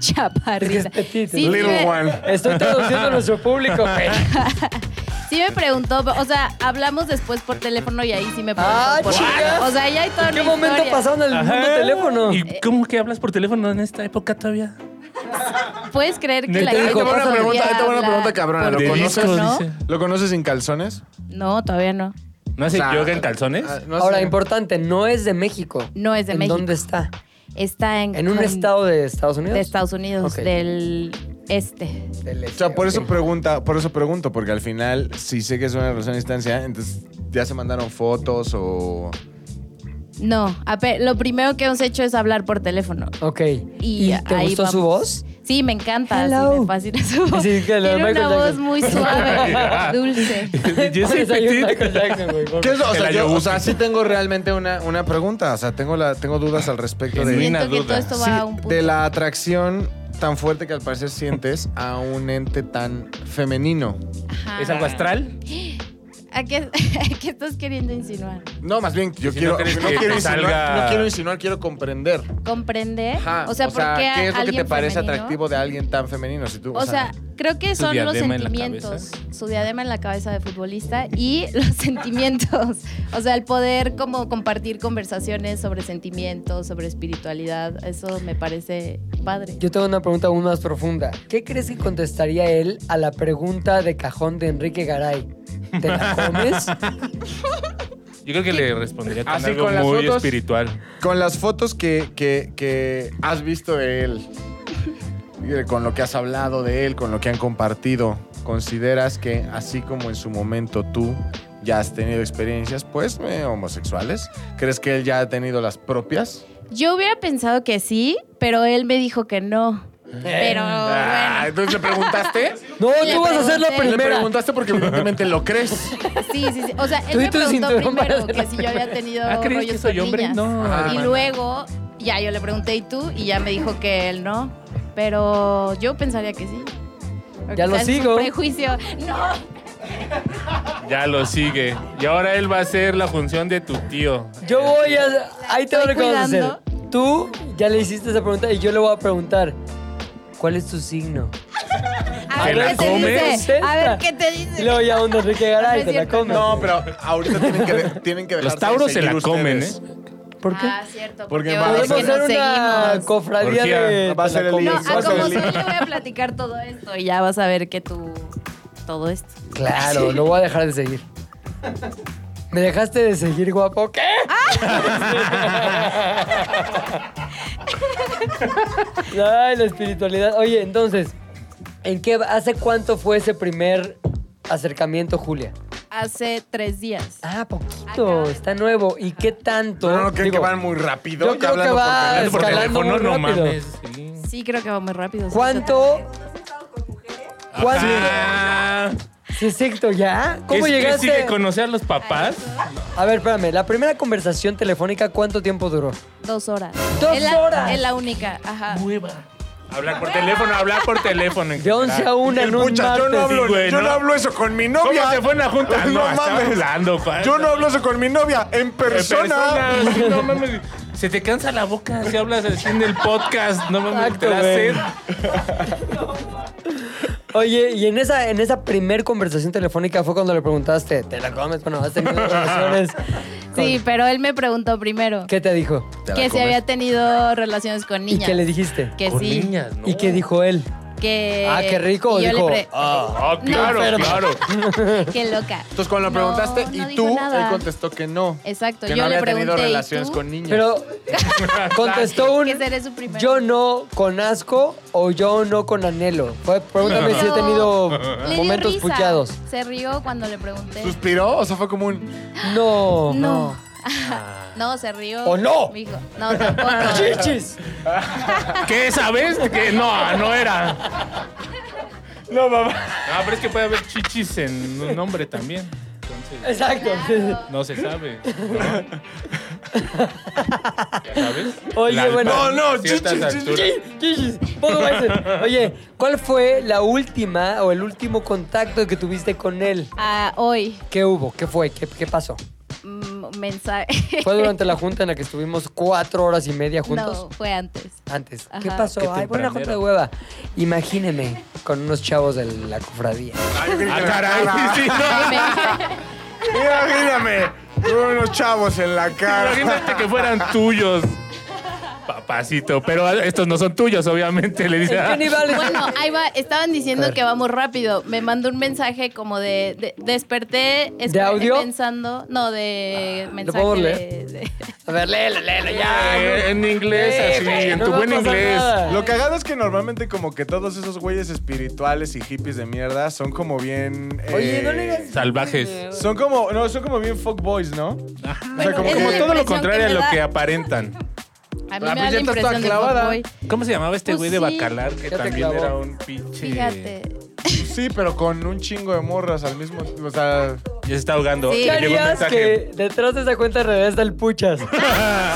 Speaker 5: Chaparrita.
Speaker 3: Es Petit,
Speaker 5: Sí, sí
Speaker 4: Little
Speaker 5: me-
Speaker 4: one.
Speaker 3: Estoy traduciendo a nuestro
Speaker 5: [LAUGHS]
Speaker 3: público. güey.
Speaker 5: Sí me preguntó, o sea, hablamos después por teléfono y ahí sí me preguntó.
Speaker 3: ¡Ah,
Speaker 5: por-
Speaker 3: chingas!
Speaker 5: O sea, ya hay toda
Speaker 3: ¿En qué
Speaker 5: una
Speaker 3: momento
Speaker 5: historia.
Speaker 3: pasaron el mundo
Speaker 2: Ajá.
Speaker 3: teléfono?
Speaker 2: ¿Y cómo que hablas por teléfono en esta época todavía?
Speaker 5: ¿Puedes creer que
Speaker 2: Neta,
Speaker 5: la
Speaker 2: ahí te
Speaker 5: gente
Speaker 2: va una
Speaker 5: todavía
Speaker 4: pregunta, ahí te va una
Speaker 5: habla
Speaker 4: pregunta cabrona,
Speaker 5: por
Speaker 4: ¿lo
Speaker 5: teléfono?
Speaker 4: conoces?
Speaker 5: ¿No?
Speaker 2: Dice.
Speaker 4: ¿Lo conoces sin calzones?
Speaker 5: No, todavía no.
Speaker 2: ¿No hace
Speaker 4: O sea,
Speaker 2: yoga en calzones?
Speaker 4: Ah, no
Speaker 3: Ahora,
Speaker 4: sé.
Speaker 3: importante, no es de México.
Speaker 5: No es de
Speaker 3: ¿En
Speaker 5: México.
Speaker 3: ¿Dónde está?
Speaker 5: Está en...
Speaker 3: ¿En un
Speaker 5: con-
Speaker 3: estado de Estados Unidos?
Speaker 5: De Estados Unidos,
Speaker 3: Ok.
Speaker 5: del este.
Speaker 3: Del
Speaker 4: O
Speaker 3: este,
Speaker 4: sea, por eso
Speaker 3: ok.
Speaker 4: pregunta, por eso pregunto, porque al final, si sé que es una relación a distancia, entonces ya se mandaron fotos o.
Speaker 5: No, ape- lo primero que hemos hecho es hablar por teléfono.
Speaker 3: Ok.
Speaker 5: Y,
Speaker 3: ¿Y, te
Speaker 5: ahí
Speaker 3: gustó su
Speaker 5: vamos.
Speaker 3: voz?
Speaker 5: Sí, me encanta, sí,
Speaker 3: Hello.
Speaker 5: me fascina su voz.
Speaker 3: Sí, que lo de
Speaker 5: Tiene
Speaker 3: Michael
Speaker 5: una
Speaker 3: Jackson.
Speaker 5: voz muy suave,
Speaker 2: [LAUGHS]
Speaker 5: dulce.
Speaker 3: [LAUGHS]
Speaker 2: Yo soy
Speaker 3: Pones ahí un
Speaker 2: petit.
Speaker 3: Michael Jackson, güey, por
Speaker 4: ¿Qué es lo- o,
Speaker 2: El
Speaker 4: sea, yo, o
Speaker 2: ayahuasca.
Speaker 4: sea, sí tengo realmente una, una pregunta. O sea, tengo, la, tengo dudas al respecto de.
Speaker 2: Genuina
Speaker 5: Siento que todo
Speaker 2: duda.
Speaker 5: esto va
Speaker 4: Sí,
Speaker 5: a un punto.
Speaker 4: de la atracción tan fuerte que al parecer sientes a un ente tan femenino.
Speaker 5: Ajá.
Speaker 2: ¿Es algo
Speaker 3: ah.
Speaker 2: astral?
Speaker 5: ¿A qué, [LAUGHS] a qué estás queriendo insinuar?
Speaker 4: No, más bien, yo
Speaker 2: Si
Speaker 4: quiero,
Speaker 2: no crees
Speaker 4: no
Speaker 2: que
Speaker 4: quiero
Speaker 2: te
Speaker 4: insinuar,
Speaker 2: salga-
Speaker 4: no quiero insinuar, quiero comprender.
Speaker 5: ¿Comprender?
Speaker 4: Ajá,
Speaker 5: ¿Eh? o sea, ¿por qué,
Speaker 4: ¿qué es lo que te
Speaker 5: alguien
Speaker 4: parece
Speaker 5: femenino?
Speaker 4: atractivo de alguien tan femenino? Si tú,
Speaker 5: O sea, creo que
Speaker 2: su
Speaker 5: son los
Speaker 2: diadema en la
Speaker 5: sentimientos. Su diadema en la cabeza de futbolista y [LAUGHS] los sentimientos. O sea, el poder como compartir conversaciones sobre sentimientos, sobre espiritualidad. Eso me parece padre.
Speaker 3: Yo tengo una pregunta aún más profunda. ¿Qué crees que contestaría él a la pregunta de cajón de Enrique Garay? ¿Te la comes?
Speaker 5: [LAUGHS]
Speaker 2: Yo creo que le respondería con
Speaker 4: Así
Speaker 2: algo
Speaker 4: con las
Speaker 2: muy
Speaker 4: fotos.
Speaker 2: espiritual.
Speaker 4: Con las fotos que, que- que has visto de él, y con lo que has hablado de él, con lo que han compartido, ¿consideras que así como en su momento tú ya has tenido experiencias, pues, eh, homosexuales? ¿Crees que él ya ha tenido las propias?
Speaker 5: Yo hubiera pensado que sí, pero él me dijo que no. Pero
Speaker 4: Ah,
Speaker 5: bueno,
Speaker 4: entonces le preguntaste.
Speaker 3: No,
Speaker 5: Le
Speaker 3: tú vas a ser la
Speaker 5: pregunté.
Speaker 4: Le
Speaker 3: primera.
Speaker 4: preguntaste porque evidentemente lo crees.
Speaker 5: sí, sí, sí. O sea, él
Speaker 3: Tú y
Speaker 5: me
Speaker 3: tu
Speaker 5: preguntó
Speaker 3: cinturón
Speaker 5: primero
Speaker 3: para
Speaker 5: que
Speaker 3: hacer
Speaker 5: si
Speaker 3: la
Speaker 5: yo había tenido
Speaker 2: Ah, ¿crees que
Speaker 5: rollos
Speaker 2: soy
Speaker 5: con
Speaker 2: hombre?
Speaker 5: niñas.
Speaker 2: No.
Speaker 4: Ah,
Speaker 5: Y
Speaker 4: bueno.
Speaker 5: luego, ya yo le pregunté, ¿y tú? Y ya me dijo que él no. Pero yo pensaría que sí. Porque
Speaker 3: Ya lo
Speaker 5: quizás es un
Speaker 3: sigo.
Speaker 5: prejuicio. No.
Speaker 2: Ya lo sigue. Y ahora él va a ser la función de tu tío.
Speaker 3: Yo voy a. Ahí te voy a
Speaker 5: Estoy
Speaker 3: reconocer.
Speaker 5: cuidando.
Speaker 3: Tú ya le hiciste esa pregunta y yo le voy a preguntar: ¿Cuál es tu signo?
Speaker 5: A
Speaker 2: ¿Te
Speaker 5: ver
Speaker 2: la
Speaker 5: qué te
Speaker 2: comes?
Speaker 5: dice. A ver qué te dice.
Speaker 3: Y luego ya onda Enrique Garay, te la comes.
Speaker 4: No, pero ahorita tienen que, de- tienen que
Speaker 2: Los
Speaker 4: dejarse
Speaker 2: tauros se
Speaker 4: seguir
Speaker 2: la comen,
Speaker 4: ustedes.
Speaker 2: ¿eh?
Speaker 3: ¿Por qué?
Speaker 5: Ah, cierto.
Speaker 4: Porque va
Speaker 5: Porque,
Speaker 4: a
Speaker 5: vamos a
Speaker 3: Podemos
Speaker 5: que
Speaker 3: hacer
Speaker 5: nos
Speaker 3: una
Speaker 5: seguimos.
Speaker 3: cofradía
Speaker 2: Orgía.
Speaker 3: de.
Speaker 4: Va a
Speaker 3: te la
Speaker 4: ser el
Speaker 3: comes.
Speaker 5: No,
Speaker 4: Vas a
Speaker 5: a como soy,
Speaker 4: salir.
Speaker 5: le voy a platicar todo esto y ya vas a ver que tú. Todo esto.
Speaker 2: ¿eh?
Speaker 3: Claro, lo voy a dejar de seguir. ¿Me dejaste de seguir, guapo? ¿Qué? [LAUGHS] Ay, la espiritualidad. Oye, entonces, ¿en qué hace cuánto fue ese primer acercamiento, Julia?
Speaker 5: Hace tres días.
Speaker 3: Ah, poquito, está nuevo. ¿Y qué tanto?
Speaker 4: No, no, creen
Speaker 3: Digo,
Speaker 4: que van muy rápido.
Speaker 3: yo
Speaker 4: Ya
Speaker 3: creo que
Speaker 4: hablando por
Speaker 3: va
Speaker 4: teléfono.
Speaker 2: Hablando por
Speaker 3: escalando
Speaker 2: teléfono, no
Speaker 3: muy rápido.
Speaker 2: mames. sí.
Speaker 5: Sí, creo que va muy rápido.
Speaker 3: ¿Cuánto? ¿Cuánto?
Speaker 2: Ah,
Speaker 3: Sí, exacto, ¿ya? ¿Cómo
Speaker 2: ¿es que
Speaker 3: llegaste?
Speaker 2: sigue conocer a los papás?
Speaker 3: A ver, espérame, la primera conversación telefónica, ¿cuánto tiempo duró?
Speaker 5: Dos horas.
Speaker 3: ¡Dos
Speaker 5: Es la-
Speaker 3: horas!
Speaker 5: Es la única. Ajá.
Speaker 2: Hablar por teléfono, hablar por teléfono. en
Speaker 3: De 11 a
Speaker 2: general.
Speaker 3: 1 en un
Speaker 4: Pucha, yo no
Speaker 3: martes.
Speaker 4: hablo,
Speaker 2: Sí, güey,
Speaker 4: yo
Speaker 2: ¿no?
Speaker 4: no hablo eso con mi novia.
Speaker 2: ¿Cómo se fue en la junta?
Speaker 4: No
Speaker 2: No, estaba
Speaker 4: mames.
Speaker 2: hablando, pa.
Speaker 4: Yo no hablo eso con mi novia, en
Speaker 2: En
Speaker 4: [LAUGHS] persona.
Speaker 2: persona, sí, no mames. Se te cansa la boca si hablas así en el podcast. No mames,
Speaker 3: Exacto,
Speaker 2: te da
Speaker 3: güey.
Speaker 2: sed.
Speaker 3: Oye, y en esa, en esa primer conversación telefónica fue cuando le preguntaste, ¿te la comes? Bueno, has tenido
Speaker 5: [LAUGHS]
Speaker 3: relaciones. con-
Speaker 5: Sí, pero él me preguntó primero
Speaker 3: ¿Qué te dijo?
Speaker 5: que si había tenido relaciones con niñas.
Speaker 3: ¿Y qué le dijiste?
Speaker 5: Que
Speaker 2: Con
Speaker 5: sí.
Speaker 2: niñas, ¿no?
Speaker 3: ¿Y qué dijo él?
Speaker 5: que...
Speaker 3: ah, qué rico.
Speaker 5: y yo le
Speaker 3: dijo,
Speaker 5: pre-
Speaker 3: ah.
Speaker 2: Ah, claro,
Speaker 5: pero-
Speaker 2: claro.
Speaker 5: [LAUGHS] Qué loca.
Speaker 8: Entonces, cuando lo
Speaker 5: No,
Speaker 8: preguntaste
Speaker 5: no
Speaker 8: y
Speaker 5: dijo
Speaker 8: tú,
Speaker 5: nada.
Speaker 8: él contestó que no.
Speaker 5: Exacto,
Speaker 8: Que
Speaker 5: yo
Speaker 8: no
Speaker 5: le
Speaker 8: había
Speaker 5: pregunté.
Speaker 8: tenido
Speaker 5: ¿y
Speaker 8: relaciones
Speaker 5: tú?
Speaker 8: con niños.
Speaker 5: [LAUGHS]
Speaker 3: Pero contestó un
Speaker 5: Que seré su primer
Speaker 3: yo
Speaker 5: amor".
Speaker 3: no con asco o yo no con anhelo. Fue, pregúntame si he
Speaker 5: Pero
Speaker 3: tenido
Speaker 5: le dio
Speaker 3: momentos
Speaker 5: risa.
Speaker 3: puchados.
Speaker 5: Se rió cuando le pregunté.
Speaker 8: ¿Suspiró? O sea, fue como un.
Speaker 3: No,
Speaker 5: No.
Speaker 3: no.
Speaker 5: No, se rió.
Speaker 3: ¿O no?
Speaker 5: Me dijo, no, tampoco.
Speaker 3: [LAUGHS] Chichis.
Speaker 2: ¿Qué sabes? Que no, no era. No, mamá. Ah, pero es que puede haber chichis en un nombre también. Entonces,
Speaker 3: Exacto.
Speaker 2: no se sabe. ¿no? ¿Ya sabes?
Speaker 3: Oye,
Speaker 2: La-
Speaker 3: bueno.
Speaker 2: No, no,
Speaker 8: ciertas
Speaker 2: chichis,
Speaker 8: alturas.
Speaker 2: chichis.
Speaker 3: Chichis, poco más. Oye, ¿cuál fue la última o el último contacto que tuviste con él?
Speaker 5: Ah, hoy,
Speaker 3: ¿Qué hubo? ¿Qué fue? ¿Qué, qué pasó?
Speaker 5: mm, mensaje.
Speaker 3: ¿Fue durante la junta en la que estuvimos cuatro horas y media juntos?
Speaker 5: No, fue antes.
Speaker 3: Antes. ¿Qué
Speaker 5: Ajá.
Speaker 3: pasó?
Speaker 2: Qué
Speaker 3: Ay, fue una junta de
Speaker 2: tempranero.
Speaker 3: hueva. Imagíneme con unos chavos de la cofradía.
Speaker 2: Ah, caray, sí,
Speaker 3: Ah,
Speaker 2: no.
Speaker 3: [LAUGHS]
Speaker 4: Imagíname, con unos chavos en la cara.
Speaker 2: Imagínate que fueran tuyos. Papacito, pero estos no son tuyos, obviamente, le dice.
Speaker 3: ¿En qué nivel?
Speaker 5: Bueno, ahí va, estaban
Speaker 3: A
Speaker 5: diciendo
Speaker 3: ver.
Speaker 5: que vamos rápido. Me mandó un mensaje como de, de- desperté esper-
Speaker 3: ¿De audio?
Speaker 5: pensando, no, de mensaje
Speaker 3: podemos leer?
Speaker 5: de- de-
Speaker 3: A ver, léelo, léelo ya.
Speaker 2: Eh, en inglés,
Speaker 3: Eh,
Speaker 2: así,
Speaker 3: güey,
Speaker 2: en
Speaker 3: no
Speaker 2: tu
Speaker 3: va a
Speaker 2: buen
Speaker 3: pasar
Speaker 2: inglés.
Speaker 3: nada.
Speaker 4: Lo cagado es que normalmente como que todos esos güeyes espirituales y hippies de mierda son como bien...
Speaker 3: Oye,
Speaker 4: eh,
Speaker 3: no le digas.
Speaker 2: Salvajes.
Speaker 4: Son como, no, son como bien fuckboys, ¿no? o sea,
Speaker 5: Bueno,
Speaker 4: como,
Speaker 5: es
Speaker 4: como todo
Speaker 5: la
Speaker 2: todo
Speaker 4: lo...
Speaker 2: lo
Speaker 5: impresión
Speaker 2: contrario
Speaker 5: que
Speaker 2: a
Speaker 5: me
Speaker 2: lo
Speaker 5: da.
Speaker 2: que aparentan.
Speaker 5: A mí
Speaker 4: Ah, pues
Speaker 5: me da
Speaker 4: ya
Speaker 5: la
Speaker 4: estás toda
Speaker 5: impresión de
Speaker 4: clavada.
Speaker 5: fuckboy.
Speaker 2: ¿Cómo se llamaba este
Speaker 5: Pues
Speaker 2: güey
Speaker 5: sí.
Speaker 2: de Bacalar que
Speaker 3: Ya te
Speaker 2: también
Speaker 3: clavó.
Speaker 2: era un pinche?
Speaker 5: Fíjate.
Speaker 4: Sí, pero con un chingo de morras al mismo tiempo. O sea,
Speaker 2: Ya se está ahogando.
Speaker 5: Sí.
Speaker 2: Le
Speaker 3: ¿Qué
Speaker 2: llegó un
Speaker 3: harías
Speaker 2: mensaje.
Speaker 3: que detrás de esa cuenta real está
Speaker 2: [LAUGHS]
Speaker 3: el puchas?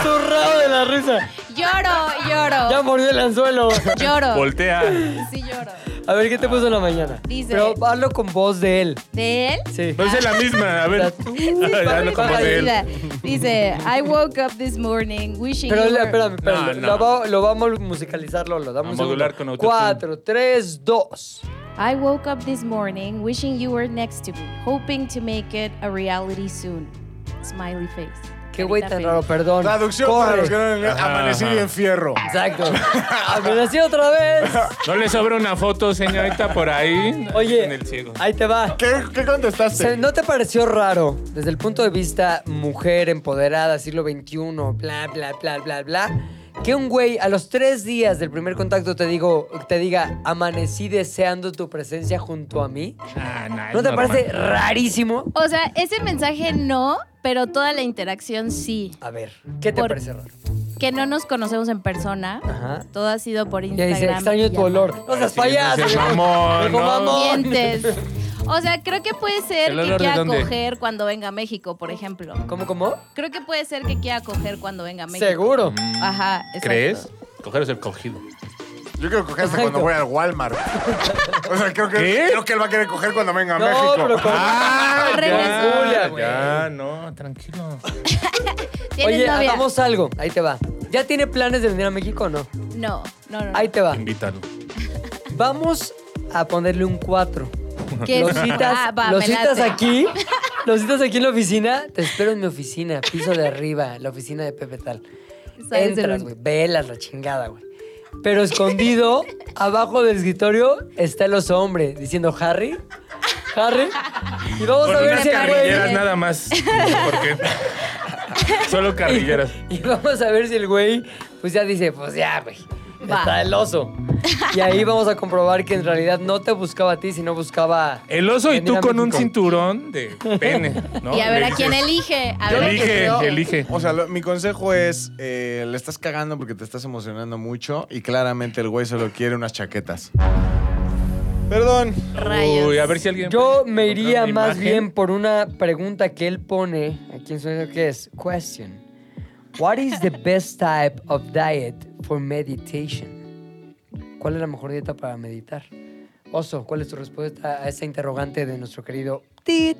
Speaker 3: Zurrado de la risa.
Speaker 5: Lloro,
Speaker 3: Ya
Speaker 5: lloro.
Speaker 3: mordió el anzuelo.
Speaker 5: Lloro.
Speaker 2: Voltea.
Speaker 5: Sí, lloro.
Speaker 3: A ver, ¿qué te puso en la mañana?
Speaker 5: Dice-
Speaker 3: Pero hazlo con voz de él.
Speaker 5: ¿De él?
Speaker 3: Sí.
Speaker 2: No Pues es la misma. A [LAUGHS] ver.
Speaker 5: Sí,
Speaker 2: Ah, Ya
Speaker 5: pobre
Speaker 2: no como de él.
Speaker 5: Paulina. Dice, I woke up this morning wishing
Speaker 3: Pero
Speaker 5: you
Speaker 3: le-
Speaker 5: were-"
Speaker 3: espérame,
Speaker 2: No,
Speaker 3: espérame.
Speaker 2: no.
Speaker 3: Lo, va- lo vamos a musicalizar, Lolo. Dame
Speaker 2: A
Speaker 3: un segundo.
Speaker 2: modular con autotune.
Speaker 3: Cuatro, tres, dos.
Speaker 5: I woke up this morning wishing you were next to me, hoping to make it a reality soon. Smiley face.
Speaker 3: Qué güey
Speaker 5: Carita
Speaker 3: tan
Speaker 5: feliz.
Speaker 3: raro, perdón.
Speaker 4: traducción para
Speaker 3: Corre.
Speaker 4: los que no le-
Speaker 2: Ajá,
Speaker 4: Amanecí
Speaker 2: ajá.
Speaker 4: bien fierro. [LAUGHS]
Speaker 3: Exacto. Amanecí otra vez.
Speaker 2: ¿No le sobra una foto, señorita, por ahí?
Speaker 3: Oye,
Speaker 2: En el ciego.
Speaker 3: ahí te va.
Speaker 4: ¿Qué, qué contestaste?
Speaker 3: Se- ¿No te pareció raro desde el punto de vista mujer empoderada, siglo XXI, bla, bla, bla, bla, bla? Que un güey a los tres días del primer contacto te, digo, te diga, amanecí deseando tu presencia junto a mí.
Speaker 2: Ah, es
Speaker 3: ¿No te
Speaker 2: normal.
Speaker 3: parece rarísimo?
Speaker 5: O sea, ese mensaje no, pero toda la interacción sí.
Speaker 3: A ver, ¿qué te
Speaker 5: Por-
Speaker 3: parece raro?
Speaker 5: Que no nos conocemos en persona.
Speaker 3: Ajá.
Speaker 5: Todo ha sido por
Speaker 3: Ya
Speaker 5: Instagram.
Speaker 3: dice, extraño tu
Speaker 5: llamada.
Speaker 3: olor. No seas
Speaker 2: Sí, no
Speaker 3: payaso.
Speaker 2: seas
Speaker 3: Dijo,
Speaker 2: mamón,
Speaker 3: dijo,
Speaker 2: ¿no?
Speaker 3: mamón.
Speaker 5: Dientes. O sea, creo que puede ser
Speaker 2: ¿El
Speaker 5: que
Speaker 2: olor de
Speaker 5: quiera
Speaker 2: dónde?
Speaker 5: coger cuando venga a México, por ejemplo.
Speaker 3: ¿Cómo, cómo?
Speaker 5: Creo que puede ser que quiera coger cuando venga a México.
Speaker 3: Seguro.
Speaker 5: Ajá, exacto.
Speaker 2: Mm, ¿Crees? Coger es el cogido.
Speaker 8: Yo quiero coger hasta
Speaker 3: Exacto.
Speaker 8: cuando voy al Walmart. O sea, creo que,
Speaker 2: ¿Qué?
Speaker 8: creo que él va a querer coger cuando venga a
Speaker 3: No,
Speaker 8: México.
Speaker 3: pero con-
Speaker 2: Ah,
Speaker 5: Regresa.
Speaker 3: Julia,
Speaker 2: ya,
Speaker 3: güey.
Speaker 2: ya, no, tranquilo.
Speaker 5: ¿Tienes
Speaker 3: Oye,
Speaker 5: novia?
Speaker 3: hagamos algo. Ahí te va. ¿Ya tiene planes de venir a México o no?
Speaker 5: No, no, no. no.
Speaker 2: [LAUGHS]
Speaker 3: Ahí te va.
Speaker 2: Invítalo.
Speaker 3: Vamos a ponerle un 4.
Speaker 5: ¿Qué?
Speaker 3: Los citas,
Speaker 5: Ah, va,
Speaker 3: lo
Speaker 5: me
Speaker 3: citas
Speaker 5: late.
Speaker 3: aquí. Los citas aquí en la oficina. Te espero en mi oficina, piso de arriba, la oficina de Pepe Tal.
Speaker 5: Sales
Speaker 3: Entras,
Speaker 5: en
Speaker 3: güey. Velas, la chingada, güey. Pero escondido, abajo del escritorio, está el oso hombre diciendo Harry. Harry. Y vamos
Speaker 2: Con
Speaker 3: a ver
Speaker 2: unas
Speaker 3: si el güey.
Speaker 2: carrilleras nada más. Porque solo carrilleras.
Speaker 3: [LAUGHS] Y vamos a ver si el güey, pues ya dice, pues ya, güey.
Speaker 5: Va.
Speaker 3: Está el oso. Y ahí vamos a comprobar que en realidad no te buscaba a ti, sino buscaba.
Speaker 2: El oso y
Speaker 3: venir
Speaker 2: tú
Speaker 3: a
Speaker 2: con un
Speaker 3: México.
Speaker 2: cinturón de pene, ¿no?
Speaker 5: Y a ver
Speaker 2: Le
Speaker 5: a quién
Speaker 2: dices,
Speaker 5: elige. A
Speaker 2: Yo
Speaker 5: ver a
Speaker 2: elige,
Speaker 5: quién elige.
Speaker 2: elige.
Speaker 4: O sea, lo- mi consejo es, eh, le estás cagando porque te estás emocionando mucho y claramente el güey solo quiere unas chaquetas. Perdón.
Speaker 5: Rayos.
Speaker 2: Uy, a ver si alguien.
Speaker 3: Yo
Speaker 2: puede
Speaker 3: me iría
Speaker 2: encontrar una
Speaker 3: más
Speaker 2: imagen.
Speaker 3: bien por una pregunta que él pone aquí en su que es question. What is the best type of diet for meditation? ¿Cuál es la mejor dieta para meditar? Oso, ¿cuál es tu respuesta a esa interrogante de nuestro querido Tit?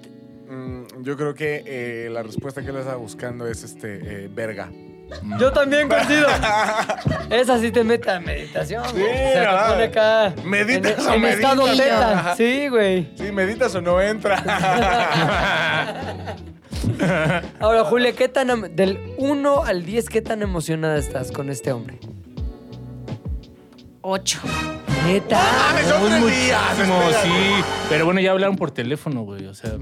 Speaker 4: Mm, yo creo que eh, la respuesta que él está buscando es este, eh, verga.
Speaker 3: Yo también
Speaker 4: [LAUGHS]
Speaker 3: coincido. Esa sí te mete a meditación. güey. Se te
Speaker 4: ¿verdad?
Speaker 3: pone acá.
Speaker 4: ¿Meditas
Speaker 3: en,
Speaker 4: o
Speaker 3: en
Speaker 4: meditas?
Speaker 3: estado beta.
Speaker 4: Ajá.
Speaker 3: Sí, güey.
Speaker 4: Sí, meditas o no [LAUGHS] entra.
Speaker 3: Ahora, Julia, ¿qué tan em- del 1 al 10 qué tan emocionada estás con este hombre?
Speaker 5: Ocho.
Speaker 4: Ah,
Speaker 3: Neta.
Speaker 8: ¡Mames, son tres días!
Speaker 2: Muchísimo,
Speaker 8: espérate.
Speaker 2: sí. Pero bueno, ya hablaron por teléfono, güey. O sea,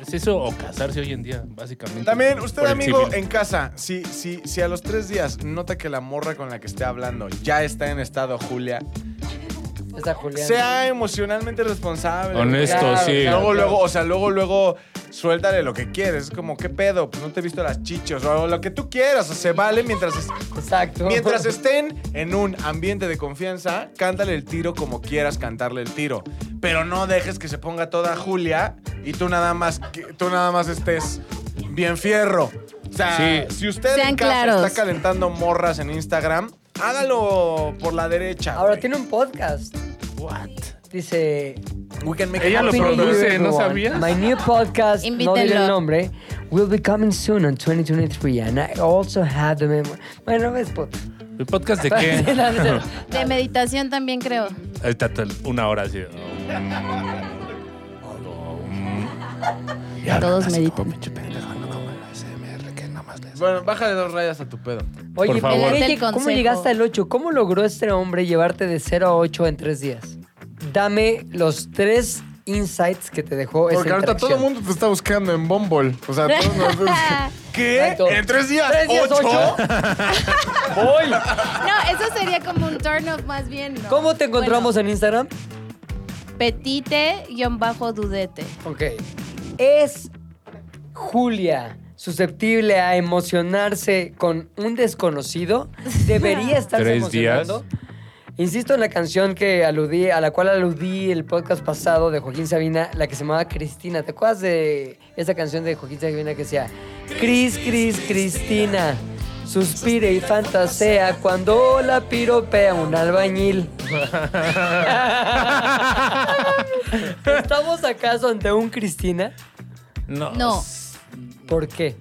Speaker 2: es eso o casarse hoy en día, básicamente.
Speaker 4: También, usted,
Speaker 2: Por el
Speaker 4: amigo,
Speaker 2: civil.
Speaker 4: en casa, si, si, si a los tres días nota que la morra con la que esté hablando ya está en estado Julia,
Speaker 3: Está Julián.
Speaker 4: sea emocionalmente responsable.
Speaker 2: Honesto,
Speaker 4: Claro,
Speaker 2: sí.
Speaker 4: Luego, luego, o sea, luego, luego, suéltale lo que quieres. Es como, ¿qué pedo? Pues no te he visto las chichos o lo que tú quieras. O se vale mientras, es-
Speaker 3: Exacto.
Speaker 4: mientras estén en un ambiente de confianza, cántale el tiro como quieras cantarle el tiro. Pero no dejes que se ponga toda Julia y tú nada más, que- tú nada más estés bien fierro. O sea,
Speaker 2: Sí.
Speaker 4: si usted
Speaker 5: Sean
Speaker 4: en casa
Speaker 5: claros.
Speaker 4: está calentando morras en Instagram, hágalo por la derecha.
Speaker 3: Ahora
Speaker 4: güey.
Speaker 3: tiene un podcast.
Speaker 2: What?
Speaker 3: Dice.
Speaker 4: We can make
Speaker 2: Ella
Speaker 4: it
Speaker 2: Ah, lo
Speaker 4: happen.
Speaker 2: produce, ¿no
Speaker 3: sabía.
Speaker 2: sabías?
Speaker 3: My new podcast, no diré el
Speaker 5: Invítenlo.
Speaker 3: nombre, will be coming soon on 2023. And I also have the memory. Bueno, ves, pues, puto.
Speaker 2: ¿El podcast de qué?
Speaker 3: [LAUGHS]
Speaker 5: De meditación también creo.
Speaker 2: Ahí está tal- una hora así.
Speaker 3: [LAUGHS]
Speaker 5: Todos meditan.
Speaker 4: Bueno, bájale dos rayas a tu pedo.
Speaker 3: Oye,
Speaker 2: Por favor.
Speaker 3: Pepe,
Speaker 5: El
Speaker 3: ¿cómo
Speaker 5: consejo.
Speaker 3: llegaste al 8? ¿Cómo logró este hombre llevarte de 0 a 8 en 3 días? Dame los tres insights que te dejó esa
Speaker 8: Porque ahorita todo el
Speaker 3: interacción.
Speaker 8: mundo te está buscando en Bumble. O sea, todos nos-
Speaker 3: [LAUGHS]
Speaker 4: ¿Qué?
Speaker 3: Exacto.
Speaker 4: ¿En tres días?
Speaker 3: ¿Tres días,
Speaker 4: ¿Ocho? [LAUGHS]
Speaker 3: ocho?
Speaker 5: No, eso sería como un turn off más bien. ¿no?
Speaker 3: ¿Cómo te encontramos en Instagram?
Speaker 5: Bueno, Petite-dudete.
Speaker 3: Ok. ¿Es Julia susceptible a emocionarse con un desconocido?
Speaker 2: [LAUGHS]
Speaker 3: ¿Debería estarse
Speaker 2: Tres días.
Speaker 3: emocionando? Insisto en la canción que aludí, a la cual aludí el podcast pasado de Joaquín Sabina, la que se llamaba Cristina. ¿Te acuerdas de esa canción de Joaquín Sabina que decía Cris, Cris, Cristina? Suspire y fantasea cuando la piropea un albañil.
Speaker 2: [LAUGHS]
Speaker 3: ¿Estamos acaso ante un Cristina?
Speaker 2: No.
Speaker 5: No.
Speaker 3: ¿Por qué?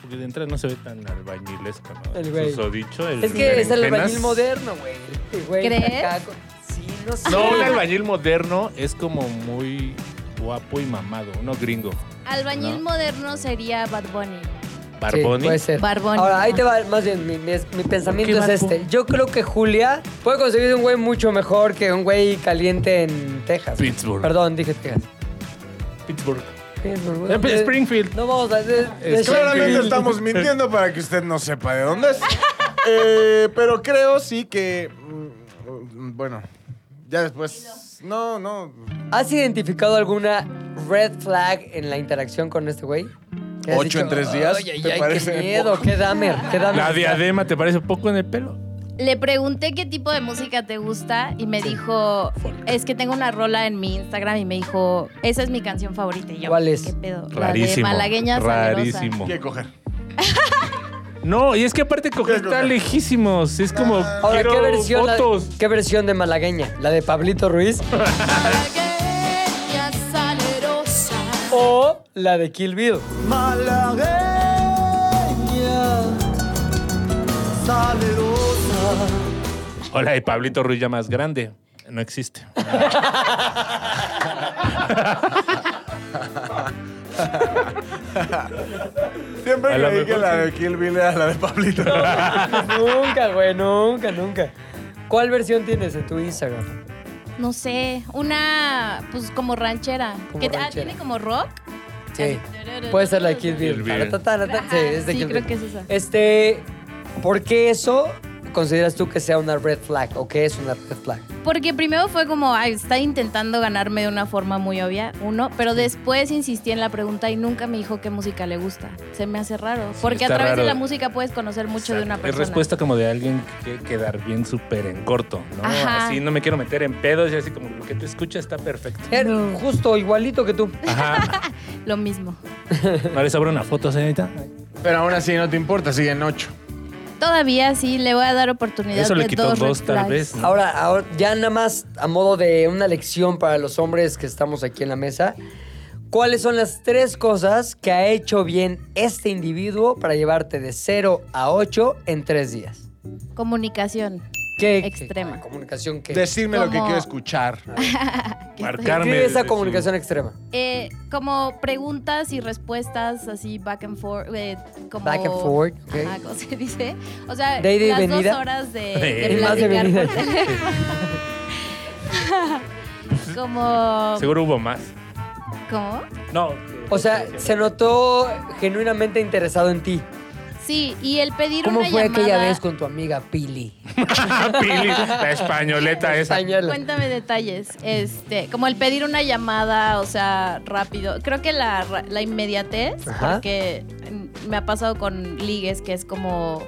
Speaker 2: Porque de entrada no se ve tan albañilesco, ¿no?
Speaker 3: El güey.
Speaker 2: Susodicho, el
Speaker 3: Es que es el
Speaker 2: berenjenas.
Speaker 3: albañil moderno, güey. El güey está
Speaker 5: ¿Crees?
Speaker 3: acá con- Sí, no sé.
Speaker 2: No, un albañil moderno es como muy guapo y mamado, uno gringo.
Speaker 5: Albañil
Speaker 2: No.
Speaker 5: moderno sería Bad Bunny.
Speaker 3: Sí,
Speaker 2: Barboni.
Speaker 3: puede ser.
Speaker 5: Barboni.
Speaker 3: Eh, Ahora, ahí te va, más bien, mi, mi- mi pensamiento
Speaker 2: ¿Qué
Speaker 3: es
Speaker 2: barco?
Speaker 3: este. Yo creo que Julia puede conseguir un güey mucho mejor que un güey caliente en Texas.
Speaker 2: Pittsburgh.
Speaker 3: Perdón, dije Texas.
Speaker 2: Pittsburgh.
Speaker 3: Pittsburgh, güey.
Speaker 2: Eh, Springfield.
Speaker 3: No vamos a... de- de-
Speaker 2: Es
Speaker 4: Claramente
Speaker 3: Springfield.
Speaker 4: estamos mintiendo para que usted no sepa de dónde
Speaker 3: [LAUGHS]
Speaker 4: es. Eh, pero creo sí que. mm, Bueno, ya después. No, no.
Speaker 3: ¿Has identificado alguna red flag en la interacción con este güey? ¿Qué has
Speaker 4: ¿Ocho
Speaker 3: dicho?
Speaker 4: en tres días?
Speaker 3: Ay, ay,
Speaker 4: ¿Te
Speaker 3: ay,
Speaker 4: parece
Speaker 3: qué miedo,
Speaker 4: poco?
Speaker 3: qué damer, qué damer.
Speaker 2: La diadema, ¿te parece poco en el pelo?
Speaker 5: Le pregunté qué tipo de música te gusta y me dijo, es que tengo una rola en mi Instagram y me dijo, esa es mi canción favorita. Y yo,
Speaker 3: ¿Cuál es?
Speaker 5: ¿Qué pedo?
Speaker 2: Rarísimo.
Speaker 5: La de Malagueña Salerosa.
Speaker 2: rarísimo.
Speaker 8: Quiere coger.
Speaker 2: No, y es que aparte coger
Speaker 8: Quiero
Speaker 2: está
Speaker 8: coger.
Speaker 2: lejísimos. Es como.
Speaker 3: Ah. Ahora, ¿qué
Speaker 2: quiero
Speaker 3: versión, la-
Speaker 2: fotos.
Speaker 3: ¿qué versión de malagueña? ¿La de Pablito Ruiz
Speaker 5: Malagueña Salerosa.
Speaker 3: o la de Kill
Speaker 2: [LAUGHS]
Speaker 3: Bill?
Speaker 2: O la de Pablito Ruiz ya más grande. No existe.
Speaker 4: Siempre
Speaker 2: A lo
Speaker 4: creí
Speaker 2: mejor
Speaker 4: que la
Speaker 2: sí.
Speaker 4: de Kill Bill era la de Pablito.
Speaker 3: nunca, güey, nunca, nunca. ¿Cuál versión tienes en tu Instagram?
Speaker 5: No sé, una, pues como ranchera.
Speaker 3: Como
Speaker 5: que, ah,
Speaker 3: ranchera.
Speaker 5: ¿Tiene como rock?
Speaker 3: Sí. Puede ser la de Kill Bill.
Speaker 2: Kill Bill.
Speaker 3: Taratatara, Sí, es de
Speaker 5: sí,
Speaker 3: Kill
Speaker 5: creo
Speaker 3: Bill.
Speaker 5: que es esa.
Speaker 3: Este, ¿por qué eso consideras tú que sea una red flag o que es una red flag?
Speaker 5: Porque primero fue como, ay, está intentando ganarme de una forma muy obvia, uno, pero después insistí en la pregunta y nunca me dijo qué música le gusta. Se me hace raro, porque a
Speaker 2: está
Speaker 5: través de
Speaker 2: raro.
Speaker 5: la música puedes conocer mucho de una
Speaker 2: Es
Speaker 5: persona.
Speaker 2: respuesta como de alguien que quiere quedar bien súper en corto, ¿no?
Speaker 5: Ajá.
Speaker 2: Así no me quiero meter en pedos y así como lo que te escucha está perfecto.
Speaker 3: Er, Justo igualito que tú.
Speaker 2: Ajá.
Speaker 5: Lo mismo.
Speaker 2: [LAUGHS] ¿No les abro una foto, señorita?
Speaker 4: Pero aún así no te importa, siguen ocho.
Speaker 5: Todavía sí le voy a dar oportunidad
Speaker 2: Eso le
Speaker 5: de
Speaker 2: quitó
Speaker 5: dos, red
Speaker 2: dos, tal
Speaker 5: flags.
Speaker 2: vez. ¿no?
Speaker 3: Ahora, ahora, ya nada más a modo de una lección para los hombres que estamos aquí en la mesa, ¿cuáles son las tres cosas que ha hecho bien este individuo para llevarte de 0 a 8 en tres días?
Speaker 5: Comunicación.
Speaker 3: ¿Qué?
Speaker 5: Extrema.
Speaker 3: qué- comunicación que...
Speaker 4: Decirme lo que
Speaker 5: Como-
Speaker 4: quiero escuchar.
Speaker 3: Ah,
Speaker 2: Marcarme.
Speaker 3: Describe esa
Speaker 2: desde
Speaker 3: comunicación extrema.
Speaker 5: Eh, como preguntas y respuestas así back and forth. eh, como,
Speaker 3: Back and forth, ok.
Speaker 5: Ajá, ¿cómo se dice? O sea,
Speaker 3: De ida y
Speaker 5: las
Speaker 3: venida.
Speaker 5: dos horas de,
Speaker 2: Eh,
Speaker 5: de
Speaker 3: más de
Speaker 5: platicar
Speaker 3: venida.
Speaker 5: por teléfono. [LAUGHS] Como.
Speaker 2: Seguro hubo más.
Speaker 5: ¿Cómo?
Speaker 2: No. que-
Speaker 3: O sea, se notó genuinamente interesado en ti.
Speaker 5: Sí, y el pedir
Speaker 3: ¿Cómo
Speaker 5: una
Speaker 3: fue
Speaker 5: llamada.
Speaker 3: aquella vez con tu amiga Pili?
Speaker 2: Ah, Pili, la españoleta esa.
Speaker 3: Española.
Speaker 5: Cuéntame detalles. Este, como el pedir una llamada, o sea, rápido. Creo que la, ra- la inmediatez,
Speaker 3: Ajá.
Speaker 5: porque mm, me ha pasado con ligues que es como.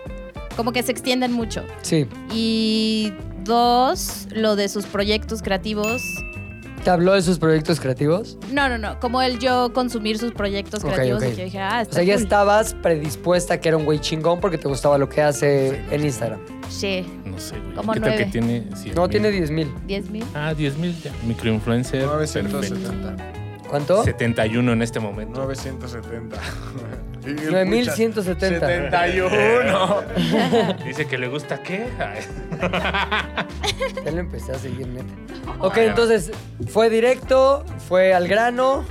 Speaker 5: Como que se extienden mucho.
Speaker 3: Sí.
Speaker 5: Y dos, lo de sus proyectos creativos.
Speaker 3: ¿Te habló de sus proyectos creativos?
Speaker 5: No, no, no. Como el yo consumir sus proyectos
Speaker 3: Ok,
Speaker 5: creativos
Speaker 3: ok.
Speaker 5: y que dije, ah,
Speaker 3: O
Speaker 5: está
Speaker 3: sea, ya
Speaker 5: cool.
Speaker 3: estabas predispuesta a que era un güey chingón porque te gustaba lo que hace en Instagram.
Speaker 5: Sí,
Speaker 2: No sé, güey.
Speaker 5: Como
Speaker 2: ¿Qué tal
Speaker 5: nueve.
Speaker 2: que tiene 100
Speaker 3: No,
Speaker 2: mil?
Speaker 3: tiene 10 mil.
Speaker 5: 10 mil.
Speaker 2: Ah, 10 mil ya. Microinfluencer. 970.
Speaker 4: 970.
Speaker 3: ¿Cuánto?
Speaker 2: 71 en este momento.
Speaker 3: [LAUGHS]
Speaker 4: 970.
Speaker 3: 9170.
Speaker 2: 71. [LAUGHS] Dice que le gusta qué. Ay.
Speaker 3: Ya lo empecé a seguir, neta. Ok, entonces fue directo, fue al grano.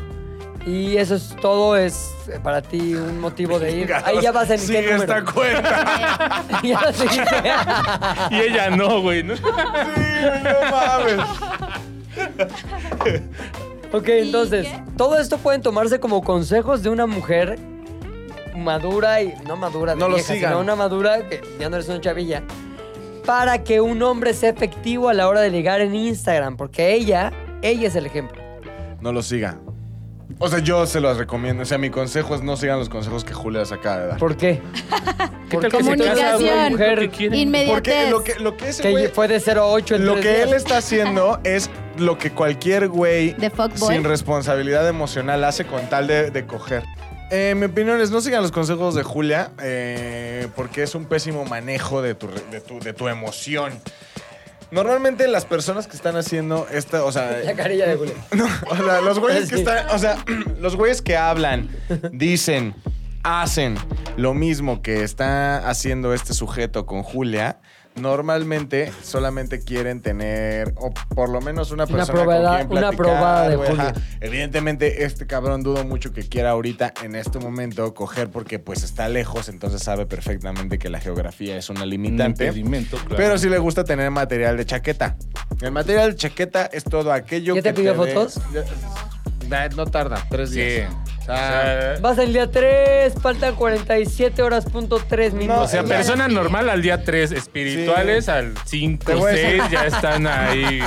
Speaker 3: Y eso es todo, es eh, para ti un motivo de ir. Ahí ya vas en qué
Speaker 4: Sigue esta
Speaker 3: número.
Speaker 4: cuenta.
Speaker 3: [LAUGHS] Ya vas en qué.
Speaker 2: [LAUGHS] Y ella no, güey. ¿no?
Speaker 4: No mames.
Speaker 3: Ok,
Speaker 5: ¿Y
Speaker 3: entonces,
Speaker 5: qué?
Speaker 3: todo esto pueden tomarse como consejos de una mujer madura y no madura, de
Speaker 4: No lo
Speaker 3: vieja,
Speaker 4: sigan.
Speaker 3: sino una madura que ya no eres una chavilla, para que un hombre sea efectivo a la hora de ligar en Instagram, porque ella, ella es el ejemplo.
Speaker 4: No lo siga. O sea, yo se los recomiendo. O sea, mi consejo es no sigan los consejos que Julia se acaba de dar.
Speaker 3: ¿Por [LAUGHS] qué?
Speaker 2: ¿Qué tal que se casa, güey?
Speaker 3: Porque
Speaker 5: Comunicación.
Speaker 2: Lo que quiere.
Speaker 3: mujer
Speaker 4: Porque
Speaker 5: Inmediatez.
Speaker 4: lo que, lo que ese
Speaker 3: que
Speaker 4: güey-
Speaker 3: fue de 0 a 8 en
Speaker 4: Lo
Speaker 3: tres
Speaker 4: que él
Speaker 3: días. [LAUGHS]
Speaker 4: está haciendo es lo que cualquier güey
Speaker 5: De fuckboy.
Speaker 4: sin responsabilidad emocional hace con tal de, de coger. Eh, mi opinión es, no sigan los consejos de Julia, eh, porque es un pésimo manejo de tu, re- de tu, de tu emoción. Normalmente las personas que están haciendo esta,
Speaker 3: [LAUGHS]
Speaker 4: o sea,
Speaker 3: La carilla de Julio.
Speaker 4: no, o sea, los güeyes que
Speaker 3: Sí.
Speaker 4: están, o sea, [CLEARS THROAT] los güeyes que hablan, dicen, hacen lo mismo que está haciendo este sujeto con Julia. Normalmente solamente quieren tener, o por lo menos una
Speaker 3: Una
Speaker 4: persona
Speaker 3: probada-
Speaker 4: con quien
Speaker 3: una
Speaker 4: platicar,
Speaker 3: probada de
Speaker 4: güey, ajá.
Speaker 3: Julia.
Speaker 4: Evidentemente, este cabrón dudo mucho que quiera ahorita, en este momento, coger porque pues está lejos, entonces sabe perfectamente que la geografía es una
Speaker 2: Un
Speaker 4: limitante.
Speaker 2: impedimento, Mm, claro.
Speaker 4: Pero sí le gusta tener material de chaqueta. El material de chaqueta es todo aquello
Speaker 3: ¿Ya
Speaker 4: que
Speaker 3: te pidió
Speaker 4: dé-
Speaker 3: fotos?
Speaker 4: Ya- No tarda, tres
Speaker 2: Sí.
Speaker 4: días.
Speaker 2: O sea,
Speaker 3: Vas al día 3, faltan 47 horas punto 3 minutos.
Speaker 2: o sea,
Speaker 4: ya-
Speaker 2: persona normal al día 3, espirituales al 5,
Speaker 4: Te voy a decir-
Speaker 2: 6, ya están [LAUGHS] ahí.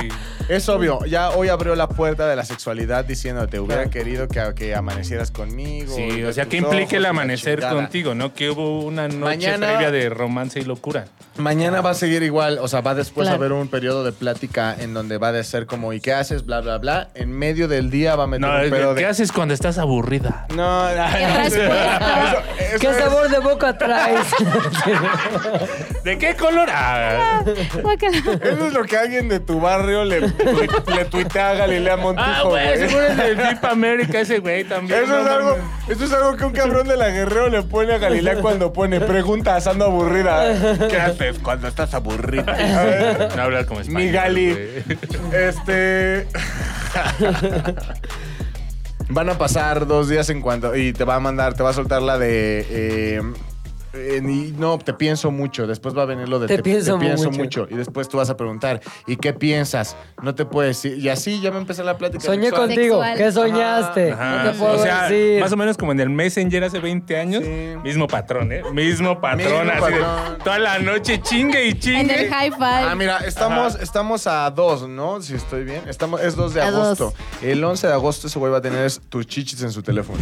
Speaker 4: Es obvio, ya hoy abrió la puerta de la sexualidad diciéndote, hubiera
Speaker 3: Claro.
Speaker 4: querido que, que amanecieras conmigo.
Speaker 2: Sí,
Speaker 4: de
Speaker 2: o sea,
Speaker 4: tus
Speaker 2: que implique el
Speaker 4: ojos, la
Speaker 2: amanecer
Speaker 4: chingada.
Speaker 2: contigo, ¿no? Que hubo una noche
Speaker 4: Mañana-
Speaker 2: previa de romance y locura.
Speaker 4: Mañana va a seguir igual, o sea, va después
Speaker 5: Claro.
Speaker 4: a haber un periodo de plática en donde va a ser como, ¿y qué haces? Bla, bla, bla. En medio del día va a meter
Speaker 2: No,
Speaker 4: un pedo
Speaker 2: ¿qué
Speaker 4: de...
Speaker 2: haces cuando estás aburrida?
Speaker 4: No, no, no,
Speaker 5: respuesta?
Speaker 4: eso- eso
Speaker 3: ¿Qué
Speaker 4: es-
Speaker 3: sabor de boca traes?
Speaker 2: ¿De qué color? Ah,
Speaker 5: Guácala.
Speaker 4: Eso es lo que alguien de tu barrio le, tu- le tuitea a Galilea Montijo,
Speaker 2: Ah, güey,
Speaker 4: güey.
Speaker 2: seguro es del VIP América ese güey también.
Speaker 4: Eso es,
Speaker 2: no
Speaker 4: algo,
Speaker 2: mames.
Speaker 4: eso es algo que un cabrón de la Guerrero le pone a Galilea cuando pone pregunta asando aburrida. ¿Qué haces cuando estás aburrida? A ver,
Speaker 2: No hablar como español.
Speaker 4: Mi Gali.
Speaker 2: güey.
Speaker 4: Este. Van a pasar dos días en cuanto. Y te va a mandar, te va a soltar la de. eh, eh, ni- no, te pienso mucho. Después va a venir lo de
Speaker 3: Te pienso mucho.
Speaker 4: mucho. Y después tú vas a preguntar, ¿y qué piensas? No te puedes decir. Y así ya me empezó la plática.
Speaker 3: Soñé
Speaker 4: sexual.
Speaker 3: contigo.
Speaker 5: Sexual.
Speaker 3: ¿Qué soñaste?
Speaker 2: Ajá.
Speaker 3: No te puedo
Speaker 2: o sea,
Speaker 3: decir.
Speaker 2: más o menos como en el Messenger hace 20 años.
Speaker 4: Sí.
Speaker 2: Mismo patrón, ¿eh? Mismo patrón.
Speaker 4: Mismo
Speaker 2: así de
Speaker 4: patrón.
Speaker 2: toda la noche chingue y chingue.
Speaker 5: En el high
Speaker 4: Ah,
Speaker 5: five.
Speaker 4: mira, estamos, estamos a 2, ¿no? Si estoy bien. Estamos, es 2 de
Speaker 5: A dos.
Speaker 4: agosto. El 11 de agosto ese güey va a tener tus chichis en su teléfono.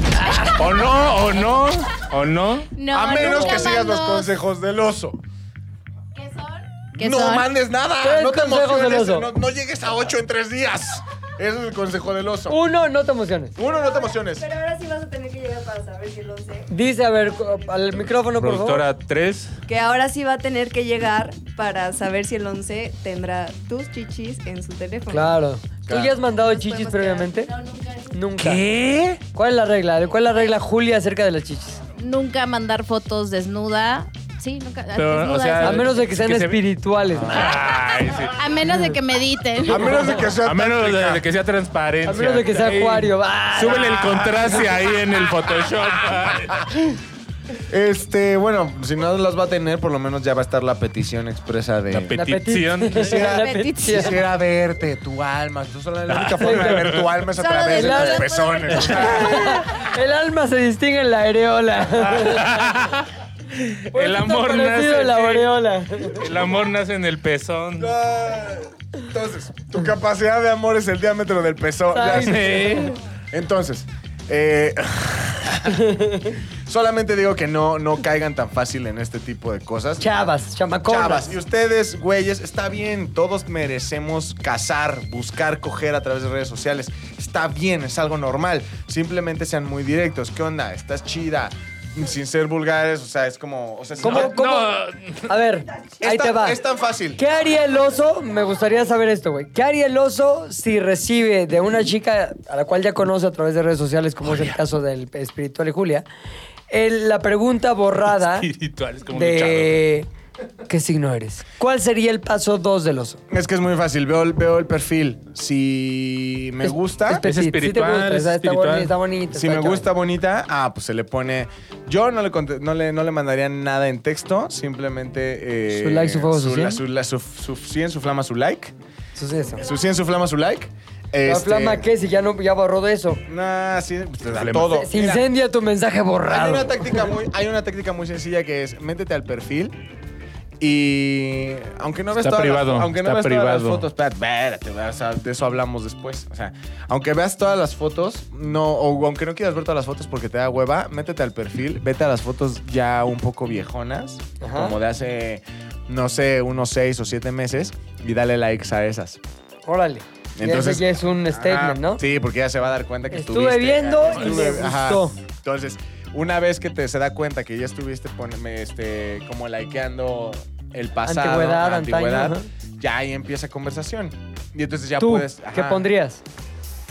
Speaker 2: O no, o no, o no.
Speaker 5: No,
Speaker 4: a menos
Speaker 5: nunca
Speaker 4: que sigas los
Speaker 5: mando-
Speaker 4: consejos del oso.
Speaker 5: ¿Qué son? ¿Qué
Speaker 4: no
Speaker 5: son?
Speaker 4: mandes nada.
Speaker 3: ¿Tres
Speaker 4: No te
Speaker 3: consejos del
Speaker 4: emociones.
Speaker 3: oso?
Speaker 4: No, no llegues a 8 en 3 días. Ese es el consejo del oso.
Speaker 3: Uno, no te emociones.
Speaker 4: Uno, no te emociones.
Speaker 9: Pero ahora sí vas a tener que llegar para saber si lo sé.
Speaker 3: Dice, a ver, co- al micrófono, por favor.
Speaker 2: Productora 3.
Speaker 9: Que ahora sí va a tener que llegar para saber si el 11 tendrá tus chichis en su teléfono.
Speaker 3: Claro. ¿Tú ya has mandado
Speaker 9: Nos
Speaker 3: chichis
Speaker 9: podemos
Speaker 3: previamente?
Speaker 5: No, nunca.
Speaker 3: Nunca.
Speaker 2: ¿Qué?
Speaker 3: ¿Cuál es la regla? ¿Cuál es la regla, Julia, acerca de las chichis?
Speaker 5: Nunca mandar fotos desnuda. Sí, nunca.
Speaker 2: Pero,
Speaker 5: desnuda,
Speaker 2: o sea,
Speaker 5: esa-
Speaker 3: A menos de que sean
Speaker 2: que se- Ah,
Speaker 3: espirituales.
Speaker 2: Ay, sí.
Speaker 5: a menos de que mediten.
Speaker 4: A menos de que sea.
Speaker 2: A menos de,
Speaker 4: tántrica.
Speaker 2: de que sea transparente.
Speaker 3: A menos de que sea acuario. Ah,
Speaker 2: Súbele el contraste ahí en el Photoshop.
Speaker 4: Este, bueno, si no las va a tener, por lo menos ya va a estar la petición expresa de.
Speaker 2: La petición. [LAUGHS]
Speaker 4: Quisiera,
Speaker 5: La petición.
Speaker 4: quisiera verte, tu alma. Tú solo- la
Speaker 2: [LAUGHS]
Speaker 4: única forma de ver tu alma es a
Speaker 10: Solo
Speaker 4: través de
Speaker 3: de-
Speaker 4: tus pezones.
Speaker 3: [LAUGHS] El alma se distingue en la areola. Por
Speaker 2: Ah, el
Speaker 3: eso está
Speaker 2: amor
Speaker 3: parecido
Speaker 2: nace.
Speaker 3: en la areola.
Speaker 2: El amor nace en el pezón.
Speaker 4: Ah, Entonces, tu capacidad de amor es el diámetro del pezón. Ya sé.
Speaker 2: Sí.
Speaker 4: Entonces, eh, [LAUGHS] solamente digo que no, no caigan tan fácil en este tipo de cosas.
Speaker 3: Chavas, chamaconas.
Speaker 4: Chavas, y ustedes, güeyes, está bien, todos merecemos cazar, buscar, coger a través de redes sociales. Está bien, es algo normal. Simplemente sean muy directos. ¿Qué onda? ¿Estás chida? Sin ser vulgares, o sea, es como. O sea, si
Speaker 3: ¿Cómo-
Speaker 4: no-
Speaker 3: cómo?
Speaker 2: Ah, No,
Speaker 3: A ver,
Speaker 4: es
Speaker 3: ahí
Speaker 4: tan-
Speaker 3: te va.
Speaker 4: Es tan fácil.
Speaker 3: ¿Qué haría el oso? Me gustaría saber esto, güey. ¿Qué haría el oso si recibe de una chica a la cual ya conoce a través de redes sociales, como es el caso del espiritual y Julia, el- la pregunta
Speaker 4: Ah. [LAUGHS]
Speaker 3: borrada
Speaker 2: espirituales como luchador.
Speaker 3: de ¿qué signo eres? ¿Cuál sería el paso 2 del oso?
Speaker 4: Es que es muy fácil. Veo, el- veo el perfil. Si me
Speaker 3: Es-
Speaker 4: gusta.
Speaker 3: pe-
Speaker 2: Es
Speaker 3: sí, sí te
Speaker 2: espiritual,
Speaker 3: gusta,
Speaker 2: es
Speaker 3: o sea, está boni-
Speaker 2: espiritual.
Speaker 3: Está bonita.
Speaker 4: Si
Speaker 3: está
Speaker 4: me
Speaker 3: chava.
Speaker 4: gusta bonita, ah, pues se le pone. Yo no le, conte- no le, no le mandaría nada en texto, simplemente. eh,
Speaker 3: Su like, su fuego, su
Speaker 4: la-
Speaker 3: cien.
Speaker 4: la- su, su, cien, su flama, su like.
Speaker 3: Eso es eso.
Speaker 4: Su 100, su flama, su like.
Speaker 3: ¿La
Speaker 4: Este,
Speaker 3: flama qué? Si ya, no, ya borró de eso.
Speaker 4: Nah, sí, pues, te da
Speaker 2: Flema.
Speaker 4: todo.
Speaker 3: Se
Speaker 4: Mira,
Speaker 3: incendia tu mensaje
Speaker 4: hay,
Speaker 3: borrado.
Speaker 4: una táctica muy, hay una táctica muy sencilla que es métete al perfil y aunque no veas
Speaker 2: Está
Speaker 4: todas
Speaker 2: privado,
Speaker 4: las, aunque no
Speaker 2: está
Speaker 4: veas todas las
Speaker 2: privado.
Speaker 4: fotos, espérate, espérate, o sea, de eso hablamos después. O sea, aunque veas todas las fotos, no, o aunque no quieras ver todas las fotos porque te da hueva, métete al perfil, vete a las fotos ya un poco viejonas,
Speaker 3: Ajá.
Speaker 4: como de hace, no sé, unos seis o siete meses, y dale likes a esas.
Speaker 3: Órale. Entonces
Speaker 4: Entonces-
Speaker 3: ya es un
Speaker 4: Ajá,
Speaker 3: statement, ¿no?
Speaker 4: Ah, Sí, porque ya se va a dar cuenta que
Speaker 3: Estuve
Speaker 4: estuviste.
Speaker 3: viendo
Speaker 4: Ah,
Speaker 3: y me
Speaker 4: ajá.
Speaker 3: gustó.
Speaker 4: Entonces, una vez que te se da cuenta que ya estuviste ponme, este, como likeando el pasado,
Speaker 3: Antigüedad, antaño,
Speaker 4: ya ahí empieza conversación. Y entonces ya
Speaker 3: ¿Tú
Speaker 4: puedes.
Speaker 3: qué
Speaker 4: ajá. Pues,
Speaker 3: pondrías?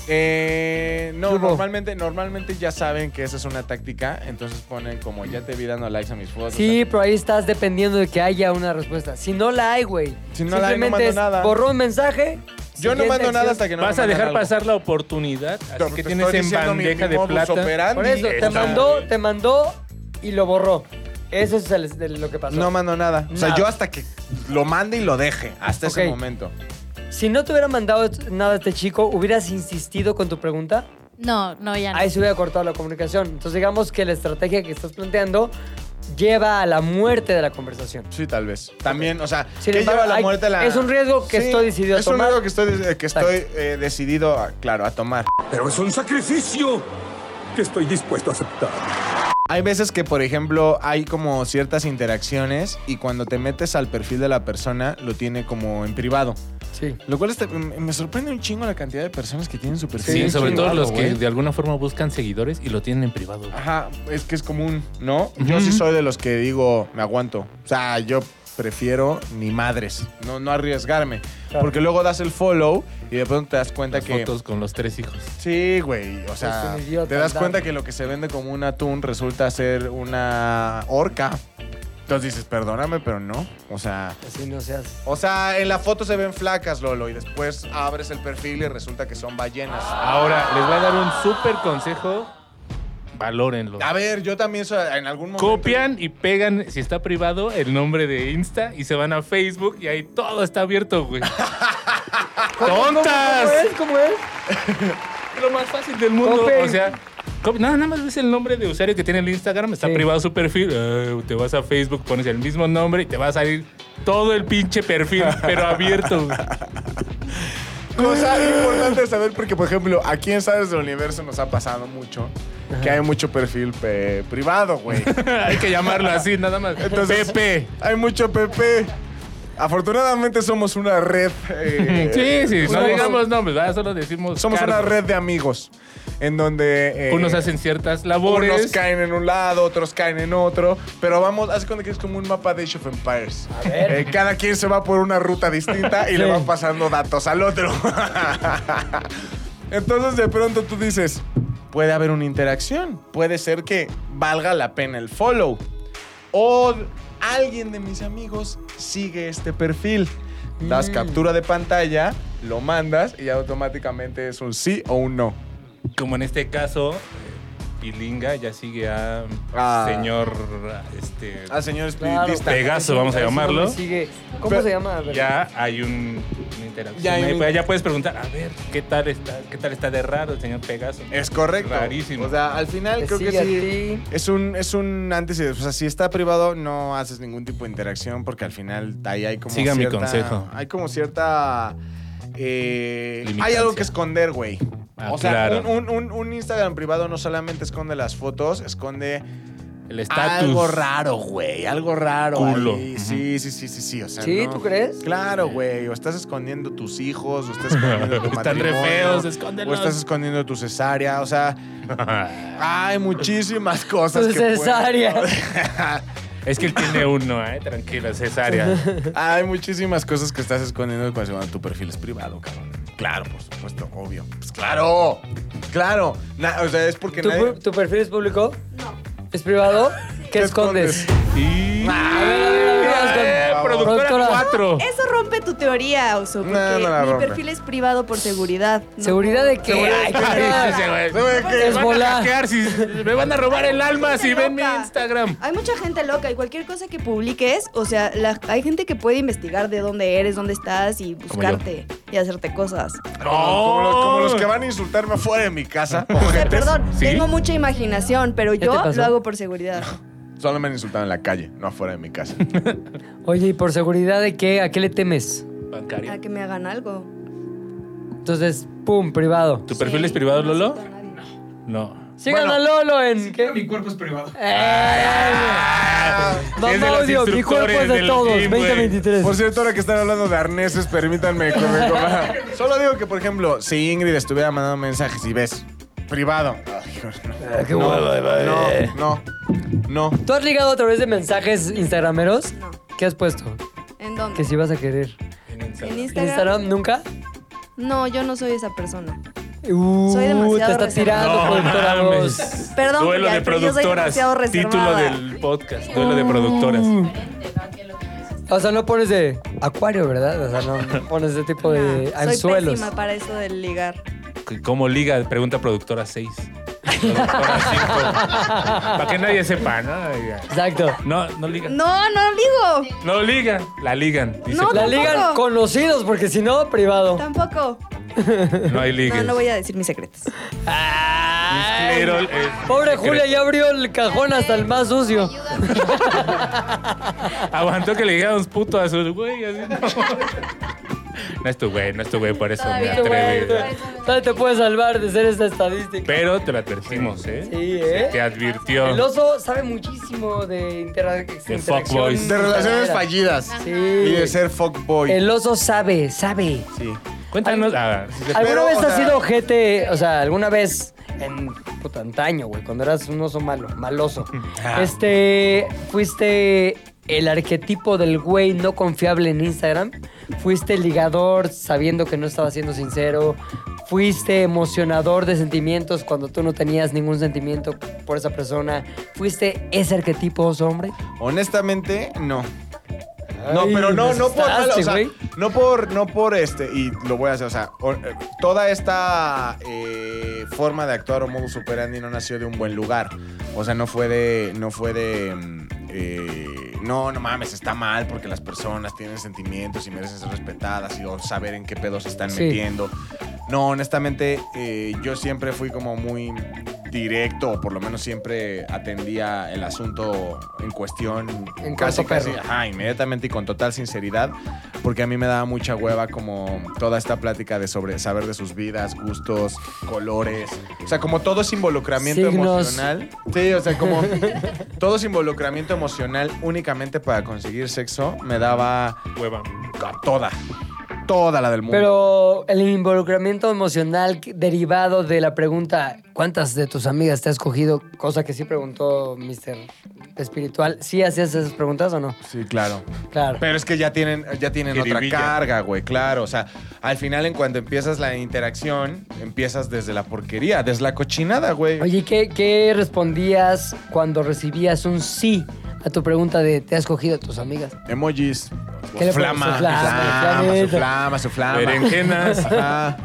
Speaker 4: Eh,
Speaker 3: ¿Qué
Speaker 4: no,
Speaker 3: hubo?
Speaker 4: normalmente, normalmente ya saben que esa es una táctica. Entonces ponen como ya te vi dando likes a mis fotos.
Speaker 3: Sí, pero ahí estás dependiendo de que haya una respuesta. Si no la hay, güey.
Speaker 4: Si no la hay, no mando
Speaker 3: es
Speaker 4: nada.
Speaker 3: Borró un mensaje.
Speaker 4: Yo no
Speaker 3: siguiente
Speaker 4: mando nada
Speaker 3: acción.
Speaker 4: hasta que no
Speaker 2: Vas a
Speaker 4: me mandan
Speaker 2: dejar
Speaker 4: algo.
Speaker 2: pasar la oportunidad.
Speaker 4: Pero
Speaker 2: Así
Speaker 4: te
Speaker 2: que
Speaker 4: estoy
Speaker 2: tienes en
Speaker 4: diciendo mi-
Speaker 2: bandeja
Speaker 4: mi
Speaker 2: de
Speaker 4: modus
Speaker 2: plata.
Speaker 4: operandi.
Speaker 3: Por eso, te
Speaker 2: Está
Speaker 3: mandó, te mandó y lo borró. Eso es el- de lo que pasó.
Speaker 4: No mando nada. O sea,
Speaker 3: Nada.
Speaker 4: yo hasta que lo mande y lo deje. Hasta
Speaker 3: Ok.
Speaker 4: ese momento.
Speaker 3: si no te hubiera mandado nada este chico, ¿hubieras insistido con tu pregunta?
Speaker 5: No, no, ya no. [LAUGHS]
Speaker 3: Ahí se hubiera cortado la comunicación. Entonces, digamos que la estrategia que estás planteando lleva a la muerte de la conversación.
Speaker 4: Sí, tal vez. También, o sea,
Speaker 3: Sin
Speaker 4: ¿qué
Speaker 3: embargo,
Speaker 4: lleva la
Speaker 3: hay-
Speaker 4: muerte a la...
Speaker 3: es un riesgo que estoy decidido a
Speaker 4: es
Speaker 3: tomar.
Speaker 4: un riesgo que estoy, eh, que
Speaker 3: Exacto.
Speaker 4: estoy eh, decidido, a- claro, a tomar.
Speaker 7: Pero es un sacrificio que estoy dispuesto a aceptar.
Speaker 4: Hay veces que, por ejemplo, hay como ciertas interacciones y cuando te metes al perfil de la persona, lo tiene como en privado.
Speaker 3: Sí.
Speaker 4: Lo cual este- me me sorprende un chingo la cantidad de personas que tienen su perfil.
Speaker 2: Sí,
Speaker 4: en
Speaker 2: sobre todo
Speaker 4: privado,
Speaker 2: los que
Speaker 4: güey.
Speaker 2: de alguna forma buscan seguidores y lo tienen en privado. güey.
Speaker 4: Ajá, es que es común, ¿no? Yo sí
Speaker 2: Ujú.
Speaker 4: soy de los que digo, me aguanto. O sea, yo prefiero ni madres, no, no arriesgarme. Porque luego das el follow y de pronto te das cuenta
Speaker 2: Las
Speaker 4: que...
Speaker 2: fotos con los tres hijos.
Speaker 4: Sí, güey. O sea,
Speaker 3: un idiota
Speaker 4: te das
Speaker 3: andando.
Speaker 4: cuenta que lo que se vende como un atún resulta ser una orca. Entonces dices, perdóname, pero no. O sea,
Speaker 3: Así no seas.
Speaker 4: o sea, en la foto se ven flacas, Lolo, y después abres el perfil y resulta que son ballenas.
Speaker 2: Ahora, les voy a dar un súper consejo. Valórenlo.
Speaker 4: A ver, yo también soy- en algún Ah, momento.
Speaker 2: Copian y pegan, si está privado, el nombre de Insta y se van a Facebook y ahí todo está abierto,
Speaker 4: [LAUGHS]
Speaker 2: güey.
Speaker 3: ¿Cómo
Speaker 2: ¡Tontas!
Speaker 3: es? ¿Cómo es?
Speaker 2: Lo más fácil del mundo.
Speaker 3: Copien.
Speaker 2: O sea, cop- nada, nada más ves el nombre de usuario que tiene el Instagram, está
Speaker 3: Sí.
Speaker 2: privado su perfil. eh, te vas a Facebook, pones el mismo nombre y te va a salir todo el pinche
Speaker 4: [LAUGHS]
Speaker 2: perfil, pero abierto. güey.
Speaker 4: Cosa importante de saber, porque, por ejemplo, aquí en Sabes del Universo nos ha pasado mucho que hay mucho perfil pe- privado,
Speaker 3: [LAUGHS]
Speaker 4: güey.
Speaker 2: Hay que llamarlo así, nada más.
Speaker 4: Entonces-
Speaker 2: Pepe.
Speaker 4: hay mucho PP. Afortunadamente somos una red. eh,
Speaker 2: Sí, sí, no
Speaker 4: somos-
Speaker 2: digamos nombres, ¿verdad? solo decimos.
Speaker 4: Somos
Speaker 2: cargos.
Speaker 4: una red de amigos en donde eh,
Speaker 2: Unos hacen ciertas labores.
Speaker 4: unos caen en un lado, otros caen en otro, pero vamos, hace cuenta que es como un mapa de Age of Empires. Eh, cada quien se va por una ruta distinta y le van pasando datos al otro. Entonces de pronto tú dices, puede haber una interacción, puede ser que valga la pena el follow o alguien de mis amigos sigue este perfil. Das captura de pantalla, lo mandas y automáticamente es un sí o un no.
Speaker 2: como en este caso, eh, Pilinga, ya sigue a
Speaker 4: Ah.
Speaker 2: señor este
Speaker 4: Al Ah, señor
Speaker 3: Claro.
Speaker 4: espiritista.
Speaker 2: Pegaso, vamos a
Speaker 3: Eso no me
Speaker 2: llamarlo.
Speaker 3: sigue. ¿Cómo
Speaker 4: Pero
Speaker 3: se llama? A ver.
Speaker 2: Ya hay un, una interacción.
Speaker 4: Ya
Speaker 2: Ya,
Speaker 4: hay un-
Speaker 2: ya puedes preguntar, a ver, ¿qué tal está, qué tal está de raro el señor Pegaso?
Speaker 4: Es correcto.
Speaker 2: Rarísimo.
Speaker 4: O sea, al final
Speaker 3: Te
Speaker 4: creo que
Speaker 3: sigue a
Speaker 4: sí.
Speaker 3: ti.
Speaker 4: Es un, es un antes y después. O sea, si está privado, no haces ningún tipo de interacción porque al final ahí hay como.
Speaker 2: Siga mi
Speaker 4: cierta-
Speaker 2: consejo.
Speaker 4: Hay como cierta. eh, hay
Speaker 2: Limitancia.
Speaker 4: algo que esconder, güey.
Speaker 2: Ah,
Speaker 4: o sea,
Speaker 2: claro.
Speaker 4: un, un- un- un Instagram privado no solamente esconde las fotos, esconde
Speaker 2: el estatus.
Speaker 4: algo raro, güey. Algo raro.
Speaker 2: Culo.
Speaker 4: ahí.
Speaker 2: Ujú.
Speaker 4: Sí, sí, sí, sí, sí. O sea,
Speaker 3: ¿Sí?
Speaker 4: Ah, no.
Speaker 3: ¿Tú crees?
Speaker 4: Claro, güey. O estás escondiendo tus hijos, o estás escondiendo tu
Speaker 2: [LAUGHS] [LAUGHS] Están re
Speaker 4: matrimonio,
Speaker 2: feos,
Speaker 4: O
Speaker 2: escóndelos.
Speaker 4: estás escondiendo tu cesárea. O sea, hay muchísimas cosas.
Speaker 3: Tu
Speaker 4: que pueden-
Speaker 3: cesárea.
Speaker 2: [LAUGHS] Es que él tiene uno, eh, tranquila, cesárea.
Speaker 4: [LAUGHS]
Speaker 3: [LAUGHS]
Speaker 4: hay muchísimas cosas que estás escondiendo cuando tu perfil es privado, cabrón. Claro, por supuesto, obvio. Pues claro, claro. Na- o sea, es porque
Speaker 3: ¿Tu,
Speaker 4: nadie...
Speaker 3: pu- tu perfil es público? No. ¿Es privado? ¿Qué, escondes?
Speaker 4: [LAUGHS]
Speaker 2: Y
Speaker 3: A ver, a ver, a ver, vamos con-
Speaker 2: Eh, productora
Speaker 3: Productora.
Speaker 2: 4.
Speaker 9: Eso rompe tu teoría, Oso, porque
Speaker 4: No, no la
Speaker 9: mi
Speaker 4: rompe.
Speaker 9: perfil es privado por seguridad. no
Speaker 3: ¿Seguridad
Speaker 9: por-
Speaker 3: de qué? Ay, qué-
Speaker 4: ¿Qué?
Speaker 3: Es volar.
Speaker 2: me van a robar el alma si
Speaker 9: Gente
Speaker 2: ven mi
Speaker 9: loca.
Speaker 2: Instagram.
Speaker 9: Hay mucha gente loca y cualquier cosa que publiques, o sea, la- hay gente que puede investigar de dónde eres, dónde estás y buscarte y hacerte cosas.
Speaker 4: Como, los, como los que
Speaker 2: van
Speaker 4: van a insultarme afuera de mi casa.
Speaker 9: O sea, perdón,
Speaker 2: ¿Sí?
Speaker 9: tengo mucha imaginación, pero
Speaker 3: ¿Qué
Speaker 9: yo
Speaker 3: te pasó?
Speaker 9: lo hago por seguridad.
Speaker 4: Solo me han insultado en la calle, no afuera de mi casa.
Speaker 3: Oye, ¿y por seguridad de qué? ¿A qué le temes?
Speaker 9: A
Speaker 2: Bancaria.
Speaker 9: que me hagan algo.
Speaker 3: Entonces, pum, privado.
Speaker 2: ¿Tu perfil es privado, Lolo? No.
Speaker 3: Sigan a Lolo en... ¿qué?
Speaker 7: Mi cuerpo es privado.
Speaker 3: Ay, ay, ay.
Speaker 2: Es de
Speaker 3: Mamá
Speaker 2: los
Speaker 3: audio, mi cuerpo es
Speaker 2: instructores
Speaker 3: de
Speaker 2: del
Speaker 3: todos,
Speaker 2: gym, güey.
Speaker 3: 2023.
Speaker 4: Por cierto, ahora que están hablando de arneses, permítanme que me coma. Solo digo que, por ejemplo, si Ingrid estuviera mandando mensajes y ves privado. Ay,
Speaker 3: Ah, qué hueva,
Speaker 4: no, no, no.
Speaker 3: ¿Tú has ligado a través de mensajes instagrameros?
Speaker 9: No.
Speaker 3: ¿Qué has puesto?
Speaker 9: ¿En dónde?
Speaker 3: Que si vas a querer.
Speaker 2: En Instagram.
Speaker 9: ¿En Instagram?
Speaker 3: ¿Instagram nunca?
Speaker 9: No, yo no soy esa persona.
Speaker 3: Uh,
Speaker 9: Soy demasiado
Speaker 3: te está
Speaker 9: reservada.
Speaker 3: tirando
Speaker 2: No
Speaker 3: productora
Speaker 2: mames.
Speaker 3: voz.
Speaker 9: Perdón,
Speaker 2: Duelo de
Speaker 9: Julián, pero yo soy
Speaker 2: productoras.
Speaker 9: demasiado
Speaker 2: Título
Speaker 9: reservada.
Speaker 2: del podcast. Duelo de productoras.
Speaker 3: Mm. O sea, no pones de acuario, ¿verdad? O sea,
Speaker 4: [LAUGHS]
Speaker 3: no pones ese tipo de
Speaker 9: Ah, soy
Speaker 3: anzuelos.
Speaker 9: pésima para eso del ligar.
Speaker 2: ¿Cómo liga? Pregunta productora 6. Productora 5.
Speaker 3: [LAUGHS]
Speaker 2: Para que nadie sepa, ¿no?
Speaker 3: Exacto.
Speaker 2: No, no liga. No,
Speaker 9: No, no digo.
Speaker 2: liga. La ligan. Dice,
Speaker 9: No,
Speaker 3: La
Speaker 9: tampoco.
Speaker 3: ligan conocidos, porque si no, privado.
Speaker 9: Tampoco.
Speaker 2: no hay liga.
Speaker 9: No, no voy a decir mis secretos.
Speaker 3: Ay,
Speaker 2: eh,
Speaker 3: Pobre Julia ya abrió el cajón hasta el más sucio.
Speaker 2: Aguantó que le digamos puto a sus güey. Así, [LAUGHS] no. no es tu güey, no es tu güey, por eso me
Speaker 5: Todavía no.
Speaker 2: atreví.
Speaker 3: Nadie te puede salvar de ser esta estadística.
Speaker 2: Pero te lo advertimos, ¿eh?
Speaker 3: Sí, ¿eh?
Speaker 2: Te advirtió.
Speaker 3: El oso sabe muchísimo de, intera interacción.
Speaker 2: fuckboys.
Speaker 4: De relaciones fallidas.
Speaker 3: Sí.
Speaker 4: Y de ser fuckboy.
Speaker 3: El oso sabe, sabe.
Speaker 2: Cuéntanos. Ah, sí, sí.
Speaker 3: ¿Alguna
Speaker 4: Pero,
Speaker 3: vez
Speaker 4: o
Speaker 3: has
Speaker 4: sea-
Speaker 3: sido ojete? O sea, alguna vez en puta antaño, güey, cuando eras un oso malo, maloso. Este, fuiste el arquetipo del güey no confiable en Instagram. Fuiste el ligador sabiendo que no estaba siendo sincero. Fuiste emocionador de sentimientos cuando tú no tenías ningún sentimiento por esa persona. Fuiste ese arquetipo oso hombre.
Speaker 4: Honestamente, no. No,
Speaker 3: Ay,
Speaker 4: pero no,
Speaker 3: me
Speaker 4: no por mala, o
Speaker 3: asustaste,
Speaker 4: sea,
Speaker 3: güey.
Speaker 4: no por, no por este, y lo voy a hacer, o sea, o- eh, toda esta eh, forma de actuar o modus operandi no nació de un buen lugar. O sea, no fue de, no fue de, mm, eh, no, no mames, está mal porque las personas tienen sentimientos y merecen ser respetadas y o saber en qué pedos se están
Speaker 3: Sí.
Speaker 4: metiendo. No, honestamente, eh, yo siempre fui como muy directo, o por lo menos siempre atendía el asunto en cuestión
Speaker 3: En
Speaker 4: casi,
Speaker 3: corto,
Speaker 4: casi,
Speaker 3: perro.
Speaker 4: ajá, inmediatamente y con total sinceridad, porque a mí me daba mucha hueva como toda esta plática de sobre saber de sus vidas, gustos, colores, o sea, como todo es involucramiento
Speaker 3: Signos.
Speaker 4: emocional. Sí, o sea,
Speaker 3: [LAUGHS]
Speaker 4: como todo es involucramiento emocional únicamente para conseguir sexo, me daba
Speaker 2: Hueva.
Speaker 4: toda, toda la del mundo.
Speaker 3: Pero el involucramiento emocional que- derivado de la pregunta ¿cuántas de tus amigas te has cogido? Cosa que sí preguntó Mr. Espiritual. ¿Sí hacías esas preguntas o no?
Speaker 4: Sí, claro.
Speaker 3: Claro.
Speaker 4: Pero es que ya tienen, ya tienen otra
Speaker 2: Jiribilla.
Speaker 4: carga, güey, claro. O sea, al final, en cuanto empiezas la interacción, empiezas desde la porquería, desde la cochinada, güey.
Speaker 3: Oye, ¿qué, qué respondías cuando recibías un sí a tu pregunta de ¿te has cogido a tus amigas?
Speaker 4: Emojis.
Speaker 3: ¿Qué le
Speaker 4: flama,
Speaker 3: pones? Su flama,
Speaker 4: su flama,
Speaker 3: flamita.
Speaker 4: su flama, su
Speaker 3: Ah, [LAUGHS]
Speaker 4: flama.
Speaker 2: Berenjenas.
Speaker 4: Ajá.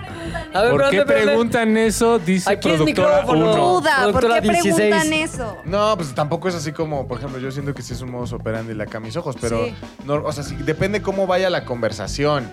Speaker 3: A ver,
Speaker 2: ¿Por qué
Speaker 3: espérate, espérate.
Speaker 2: preguntan eso? Dice
Speaker 3: Aquí el
Speaker 2: productora
Speaker 3: micrófono.
Speaker 2: uno.
Speaker 9: Duda, ¿por
Speaker 3: Productora
Speaker 9: qué
Speaker 3: 16.
Speaker 9: preguntan eso?
Speaker 4: No, pues tampoco es así como, por ejemplo, yo siento que sí es un modus operandi la acá mis ojos, pero
Speaker 9: Sí.
Speaker 4: no, o sea, sí, depende cómo vaya la conversación.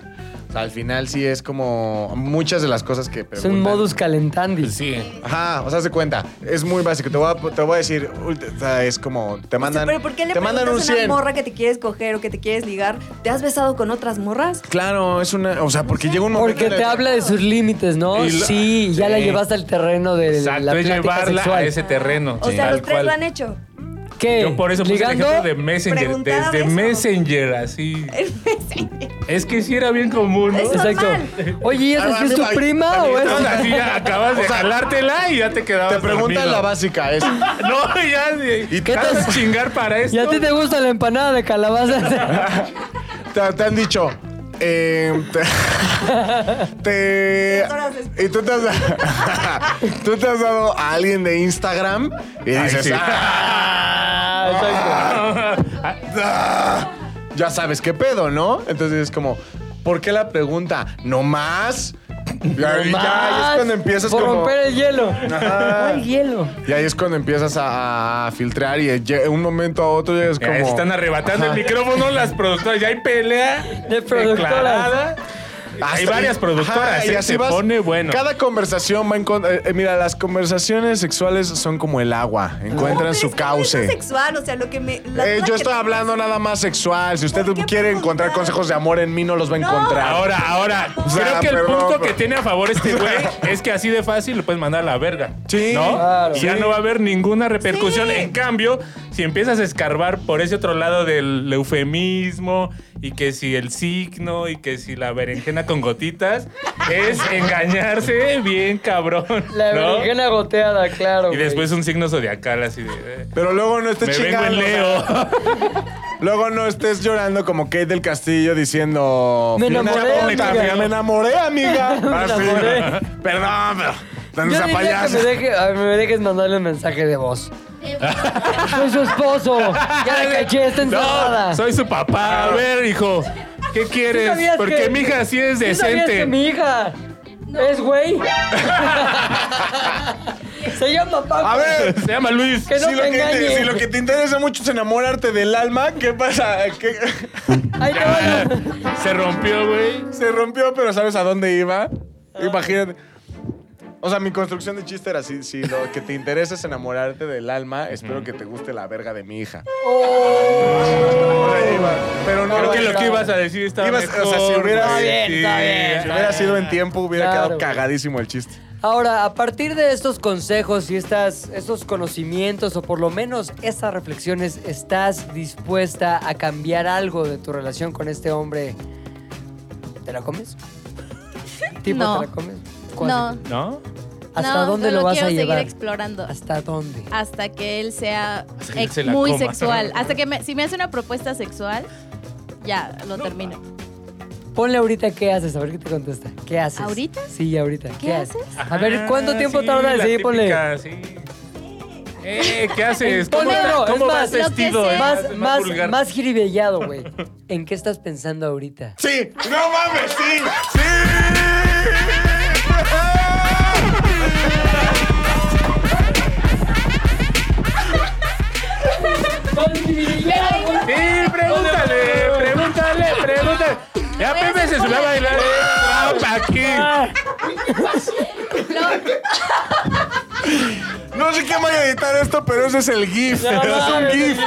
Speaker 4: O sea, al final sí es como muchas de las cosas que
Speaker 3: Es
Speaker 4: preguntan.
Speaker 3: un modus calentandi.
Speaker 2: Sí.
Speaker 4: Ajá, o sea, se cuenta. Es muy básico. Te voy a, te voy a decir, ult- o sea, es como, te mandan,
Speaker 9: Este, ¿Pero por qué le
Speaker 4: te
Speaker 9: preguntas
Speaker 4: mandan un
Speaker 9: a una
Speaker 4: 100.
Speaker 9: morra que te quieres coger o que te quieres ligar? ¿Te has besado con otras morras?
Speaker 4: Claro, es una, o sea, porque llega un momento
Speaker 3: Porque
Speaker 4: en el
Speaker 3: te
Speaker 4: que-
Speaker 3: habla de sus límites, ¿no?
Speaker 2: Y lo-
Speaker 3: sí, ya
Speaker 2: Sí.
Speaker 3: la llevaste al terreno de la
Speaker 2: Exacto, es
Speaker 3: plática
Speaker 2: llevarla
Speaker 3: sexual.
Speaker 2: a ese terreno.
Speaker 9: O sea,
Speaker 2: tal
Speaker 9: los tres
Speaker 2: cual.
Speaker 9: lo han hecho.
Speaker 3: ¿Qué?
Speaker 2: Yo por eso puse el
Speaker 3: ¿Ligando?
Speaker 2: ejemplo de Messenger.
Speaker 9: Preguntar a
Speaker 2: Desde
Speaker 9: besos.
Speaker 2: Messenger,
Speaker 9: [LAUGHS]
Speaker 2: así. Es que sí era bien común, ¿no?
Speaker 9: Eso
Speaker 3: Exacto. Ah, Oye, ¿y
Speaker 2: Ah,
Speaker 3: esa sí es tu
Speaker 4: Ay,
Speaker 3: prima
Speaker 4: ay,
Speaker 3: o es...?
Speaker 2: Entonces, así ya acabas de jalártela y ya te quedabas
Speaker 4: Te preguntan
Speaker 2: dormido. [LAUGHS]
Speaker 4: la básica, es...
Speaker 2: No, ya. ¿Y
Speaker 4: te-
Speaker 2: te vas a chingar para esto?
Speaker 3: [LAUGHS] ¿Y a ti te gusta la empanada
Speaker 2: [LAUGHS]
Speaker 3: de calabaza?
Speaker 4: Te, te han dicho. eh, [LAUGHS] te, te- y tú te, has, [LAUGHS] tú te has dado a alguien de Instagram y
Speaker 2: Ay,
Speaker 4: dices.
Speaker 2: sí.
Speaker 4: "Ah, ah, ah". ya sabes qué pedo, ¿no? Entonces es como, ¿por qué la pregunta? ¿No más? Y ahí ya, y es cuando empiezas
Speaker 3: Por
Speaker 4: como-
Speaker 3: romper el hielo.
Speaker 4: Ajá.
Speaker 3: el hielo.
Speaker 4: Y ahí es cuando empiezas a, a filtrar y de un momento a otro llegas como.
Speaker 2: Ya están arrebatando el micrófono las productoras. Ya hay pelea
Speaker 3: De productoras.
Speaker 2: declarada. hay
Speaker 4: Hasta-
Speaker 2: varias productoras.
Speaker 4: Ajá,
Speaker 2: ¿eh? se
Speaker 4: vas-
Speaker 2: pone bueno.
Speaker 4: Cada conversación va en con- eh, eh, mira, las conversaciones sexuales son como el agua. Encuentran
Speaker 9: Pero es
Speaker 4: su
Speaker 9: que no es
Speaker 4: cauce.
Speaker 9: sexual, o sea, lo que me... la
Speaker 4: Eh, yo
Speaker 9: duda que
Speaker 4: estoy
Speaker 9: tengo-
Speaker 4: hablando nada más sexual. Si usted
Speaker 9: ¿Por qué
Speaker 4: quiere
Speaker 9: preguntar?
Speaker 4: encontrar consejos de amor en mí, no los va a encontrar.
Speaker 2: Ahora, ahora,
Speaker 4: O sea,
Speaker 2: creo que el
Speaker 4: perdón,
Speaker 2: punto
Speaker 4: pero-
Speaker 2: que tiene a favor [LAUGHS] este güey es que así de fácil lo puedes mandar a la verga.
Speaker 4: Sí,
Speaker 2: ¿No?
Speaker 4: claro.
Speaker 2: Y ya
Speaker 4: Sí.
Speaker 2: no va a haber ninguna repercusión.
Speaker 9: Sí.
Speaker 2: En cambio, si empiezas a escarbar por ese otro lado del eufemismo y que si el signo y que si la berenjena con gotitas, es engañarse bien cabrón.
Speaker 3: La
Speaker 2: ¿no?
Speaker 3: berenjena goteada, claro.
Speaker 2: Y
Speaker 3: güey.
Speaker 2: después un signo zodiacal así de... eh,
Speaker 4: Pero luego no
Speaker 2: Me
Speaker 4: estés
Speaker 2: vengo
Speaker 4: chingando.
Speaker 2: en Leo.
Speaker 4: Luego no estés llorando como Kate del Castillo diciendo.
Speaker 3: Me
Speaker 4: "Fui una
Speaker 3: enamoré,
Speaker 4: tonta,
Speaker 3: amiga".
Speaker 4: Me enamoré, amiga.
Speaker 3: [LAUGHS]
Speaker 4: Ah, sí.
Speaker 3: enamoré.
Speaker 4: Perdón, pero. tan
Speaker 3: Yo
Speaker 4: esa
Speaker 3: diría que
Speaker 4: payasa.
Speaker 3: me, deje- a- me dejes mandarle un mensaje de voz. Soy su esposo. Ya la caché, está encerrada.
Speaker 2: No, soy su papá. A ver, hijo. ¿Qué quieres?
Speaker 3: sabías
Speaker 2: Porque
Speaker 3: que-
Speaker 2: mi hija sí es
Speaker 3: ¿Tú sabías que
Speaker 2: decente.
Speaker 3: mi hija es güey? Se llama Paco.
Speaker 4: A ver,
Speaker 2: [LAUGHS] Se llama Luis.
Speaker 3: Que no
Speaker 4: si, lo
Speaker 3: te
Speaker 4: que te,
Speaker 3: engañe.
Speaker 4: si lo que te interesa mucho es enamorarte del alma, ¿qué pasa? ¿Qué-
Speaker 3: Ahí te va la-
Speaker 2: Se rompió, güey.
Speaker 4: Se rompió, pero ¿sabes a dónde iba?
Speaker 3: Ah.
Speaker 4: Imagínate. O sea, mi construcción de chiste era así. Si lo que te interesa es enamorarte del alma, espero que te guste la verga de mi hija.
Speaker 3: Oh.
Speaker 4: O sea, iba, pero no
Speaker 2: Creo que lo que
Speaker 4: iba-
Speaker 2: ibas a decir estaba
Speaker 4: Ibas- o sea,
Speaker 2: mejor.
Speaker 4: si hubiera-
Speaker 2: güey.
Speaker 4: Está
Speaker 3: bien, está bien,
Speaker 4: Eh, Si hubiera sido en tiempo, hubiera
Speaker 3: Claro,
Speaker 4: quedado
Speaker 3: güey.
Speaker 4: cagadísimo el chiste.
Speaker 3: Ahora, a partir de estos consejos y estas, estos conocimientos, o por lo menos estas reflexiones, ¿estás dispuesta a cambiar algo de tu relación con este hombre? ¿Te la
Speaker 5: [LAUGHS]
Speaker 3: comes? ¿Tipo
Speaker 5: No.
Speaker 3: te la comes? ¿Cuál?
Speaker 5: No,
Speaker 2: ¿No?
Speaker 3: ¿Hasta
Speaker 5: no,
Speaker 3: dónde
Speaker 5: solo
Speaker 3: lo vas
Speaker 5: quiero
Speaker 3: a
Speaker 5: seguir
Speaker 3: llevar?
Speaker 5: explorando.
Speaker 3: ¿Hasta dónde?
Speaker 5: hasta que él sea
Speaker 2: Hasta que él
Speaker 5: ex-
Speaker 2: se la
Speaker 5: muy
Speaker 2: coma.
Speaker 5: sexual. Hasta que me- si me hace una propuesta sexual, ya lo termino.
Speaker 3: Ponle ahorita qué haces, a ver qué te contesta. ¿Qué haces?
Speaker 5: ¿Ahorita?
Speaker 3: Sí, ahorita. ¿Qué,
Speaker 5: ¿Qué
Speaker 3: haces?
Speaker 5: haces?
Speaker 3: A ver, ¿cuánto
Speaker 2: Ah,
Speaker 3: tiempo
Speaker 2: sí,
Speaker 3: tarda en
Speaker 2: la
Speaker 3: seguir? Ponle.
Speaker 2: típica, sí. Eh, ¿qué haces? ¿Cómo,
Speaker 3: Ponle otro,
Speaker 2: cómo
Speaker 3: es
Speaker 2: vas
Speaker 3: más,
Speaker 5: lo que
Speaker 2: vestido?
Speaker 5: sea.
Speaker 2: eh?
Speaker 3: Más, más,
Speaker 2: vulgar.
Speaker 3: más jiribillado, güey. ¿En qué estás pensando ahorita?
Speaker 4: ¡Sí! ¡No mames! ¡Sí! ¡Sí!
Speaker 2: Sí, pregúntale, pregúntale, pregúntale. Ya Pepe se subió a bailar. eh. Trapa aquí.
Speaker 4: No sé quién vaya a editar esto, pero ese es el GIF. es un GIF.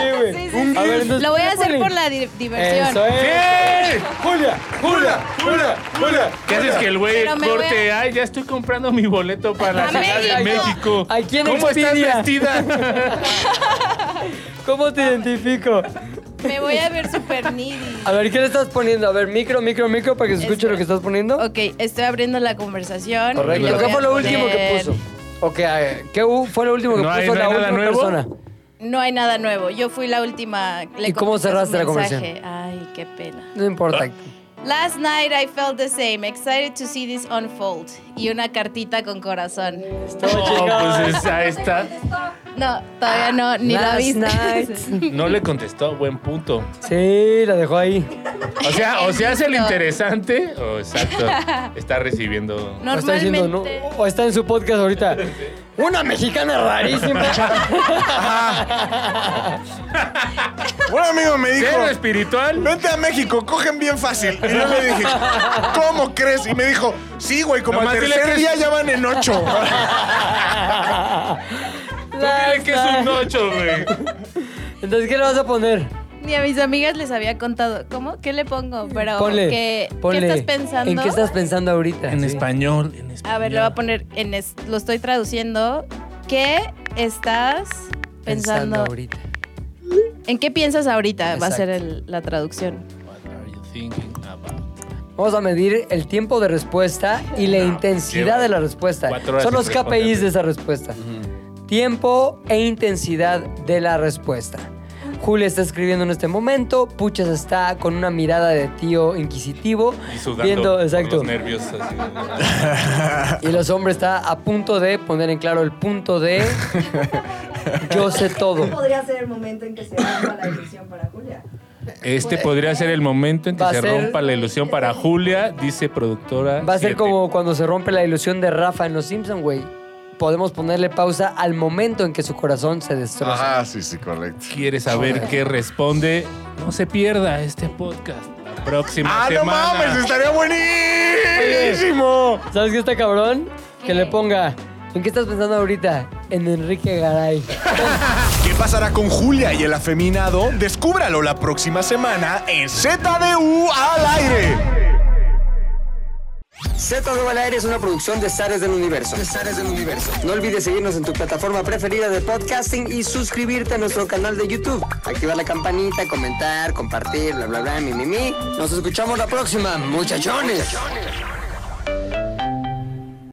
Speaker 3: A ver, entonces,
Speaker 5: Lo voy a hacer
Speaker 3: ponle.
Speaker 5: por la di- diversión.
Speaker 3: Eso es.
Speaker 2: ¡Sí!
Speaker 4: ¡Julia! ¡Julia! ¡Julia! ¡Julia!
Speaker 2: ¿Qué haces que el güey
Speaker 5: Pero me voy
Speaker 2: corte? Ay, ya estoy comprando mi boleto para la
Speaker 5: A
Speaker 2: Ciudad de
Speaker 5: México.
Speaker 2: México.
Speaker 3: Aquí en
Speaker 2: ¿Cómo estás
Speaker 3: Expedia.
Speaker 2: vestida?
Speaker 3: ¿Cómo te identifico?
Speaker 5: Me voy a ver super needy.
Speaker 2: [LAUGHS]
Speaker 3: A ver, ¿qué le estás poniendo? A ver, micro, micro, micro, para que se escuche
Speaker 5: Espera.
Speaker 3: lo que estás poniendo.
Speaker 5: Este. Ok, estoy abriendo la conversación.
Speaker 3: Correcto.
Speaker 5: Le
Speaker 3: ¿Qué
Speaker 5: voy a
Speaker 3: fue lo último que
Speaker 5: poner-
Speaker 3: puso? Ok, a ver, ¿qué hu- fue lo último que
Speaker 2: No
Speaker 3: puso
Speaker 2: hay- no
Speaker 3: la
Speaker 2: hay nada
Speaker 3: última
Speaker 2: nuevo.
Speaker 3: persona?
Speaker 5: No hay nada nuevo. Yo fui la última. Le
Speaker 3: ¿Y cómo
Speaker 5: contesté su
Speaker 3: cerraste la
Speaker 5: mensaje. Ay, qué pena.
Speaker 3: No importa.
Speaker 5: Last night I felt the same. Excited to see this unfold. Y una cartita con corazón.
Speaker 2: No, pues esa está.
Speaker 5: No, todavía no, ni la
Speaker 3: Last
Speaker 5: [LAUGHS] viste.
Speaker 3: night.
Speaker 2: No le contestó, buen punto.
Speaker 3: Sí, la dejó ahí.
Speaker 2: O sea, o se hace el
Speaker 5: Listo.
Speaker 2: interesante o exacto. Está recibiendo.
Speaker 3: O está diciendo, ¿no?
Speaker 5: Normalmente.
Speaker 3: O está en su podcast ahorita. Una mexicana rarísima.
Speaker 5: [LAUGHS]
Speaker 4: Un amigo me dijo,
Speaker 2: Cero espiritual.
Speaker 4: vente a México, cogen bien fácil. Y yo le dije, ¿cómo crees? Y me dijo, sí, güey, como
Speaker 2: Nomás
Speaker 4: al
Speaker 2: dile
Speaker 4: tercer
Speaker 2: que-
Speaker 4: día ya van en ocho.
Speaker 2: Dile que es un ocho, güey.
Speaker 3: Entonces, ¿qué le vas a poner?
Speaker 5: Ni a mis amigas les había contado. ¿Cómo? ¿Qué le pongo? Pero
Speaker 3: Ponle.
Speaker 5: ¿qué, qué
Speaker 3: ponle.
Speaker 5: estás pensando?
Speaker 3: ¿En qué estás pensando ahorita?
Speaker 2: En
Speaker 3: Sí.
Speaker 2: español, en español.
Speaker 5: A ver, le voy a poner en es- lo estoy traduciendo. ¿Qué estás pensando?
Speaker 3: ahorita.
Speaker 5: ¿En qué piensas ahorita? Va a
Speaker 3: Exacto.
Speaker 5: ser el- la traducción.
Speaker 2: What are you thinking about?
Speaker 3: Vamos a medir el tiempo de respuesta y la
Speaker 2: No,
Speaker 3: intensidad
Speaker 2: lleva
Speaker 3: de la respuesta.
Speaker 2: cuatro horas
Speaker 3: Son los
Speaker 2: sin
Speaker 3: KPIs
Speaker 2: responder.
Speaker 3: de esa respuesta. Tiempo e intensidad de la respuesta. Julia está escribiendo en este momento, Puchas está con una mirada de tío inquisitivo,
Speaker 2: Y sudando
Speaker 3: viendo,
Speaker 2: por
Speaker 3: exacto,
Speaker 2: los nervios así.
Speaker 3: y los hombres está a punto de poner en claro el punto de yo sé todo.
Speaker 9: podría ser el momento en que se rompa la ilusión para Julia?
Speaker 2: Este podría ser el momento en que
Speaker 3: Va a
Speaker 2: se
Speaker 3: ser-
Speaker 2: rompa la ilusión para Julia, dice productora.
Speaker 3: Va a ser
Speaker 2: siete.
Speaker 3: como cuando se rompe la ilusión de Rafa en Los Simpson, güey. Podemos ponerle pausa al momento en que su corazón se destroza.
Speaker 4: Ah, sí, sí, correcto.
Speaker 2: Quiere saber qué responde. No se pierda este podcast. La próxima
Speaker 4: ¡Ah, no
Speaker 2: semana.
Speaker 4: mames! ¡Estaría buenísimo!
Speaker 3: ¿Sabes qué está cabrón? Que le ponga. ¿En qué estás pensando ahorita? En Enrique Garay.
Speaker 4: ¿Qué pasará con Julia y el afeminado? Descúbralo la próxima semana en ZDU al aire.
Speaker 1: Z2 al aire es una producción de Zares del Universo. del Universo. No olvides seguirnos en tu plataforma preferida de podcasting y suscribirte a nuestro canal de YouTube. Activar la campanita, comentar, compartir, bla, bla, bla, mi, mi, mi. Nos escuchamos la próxima, muchachones.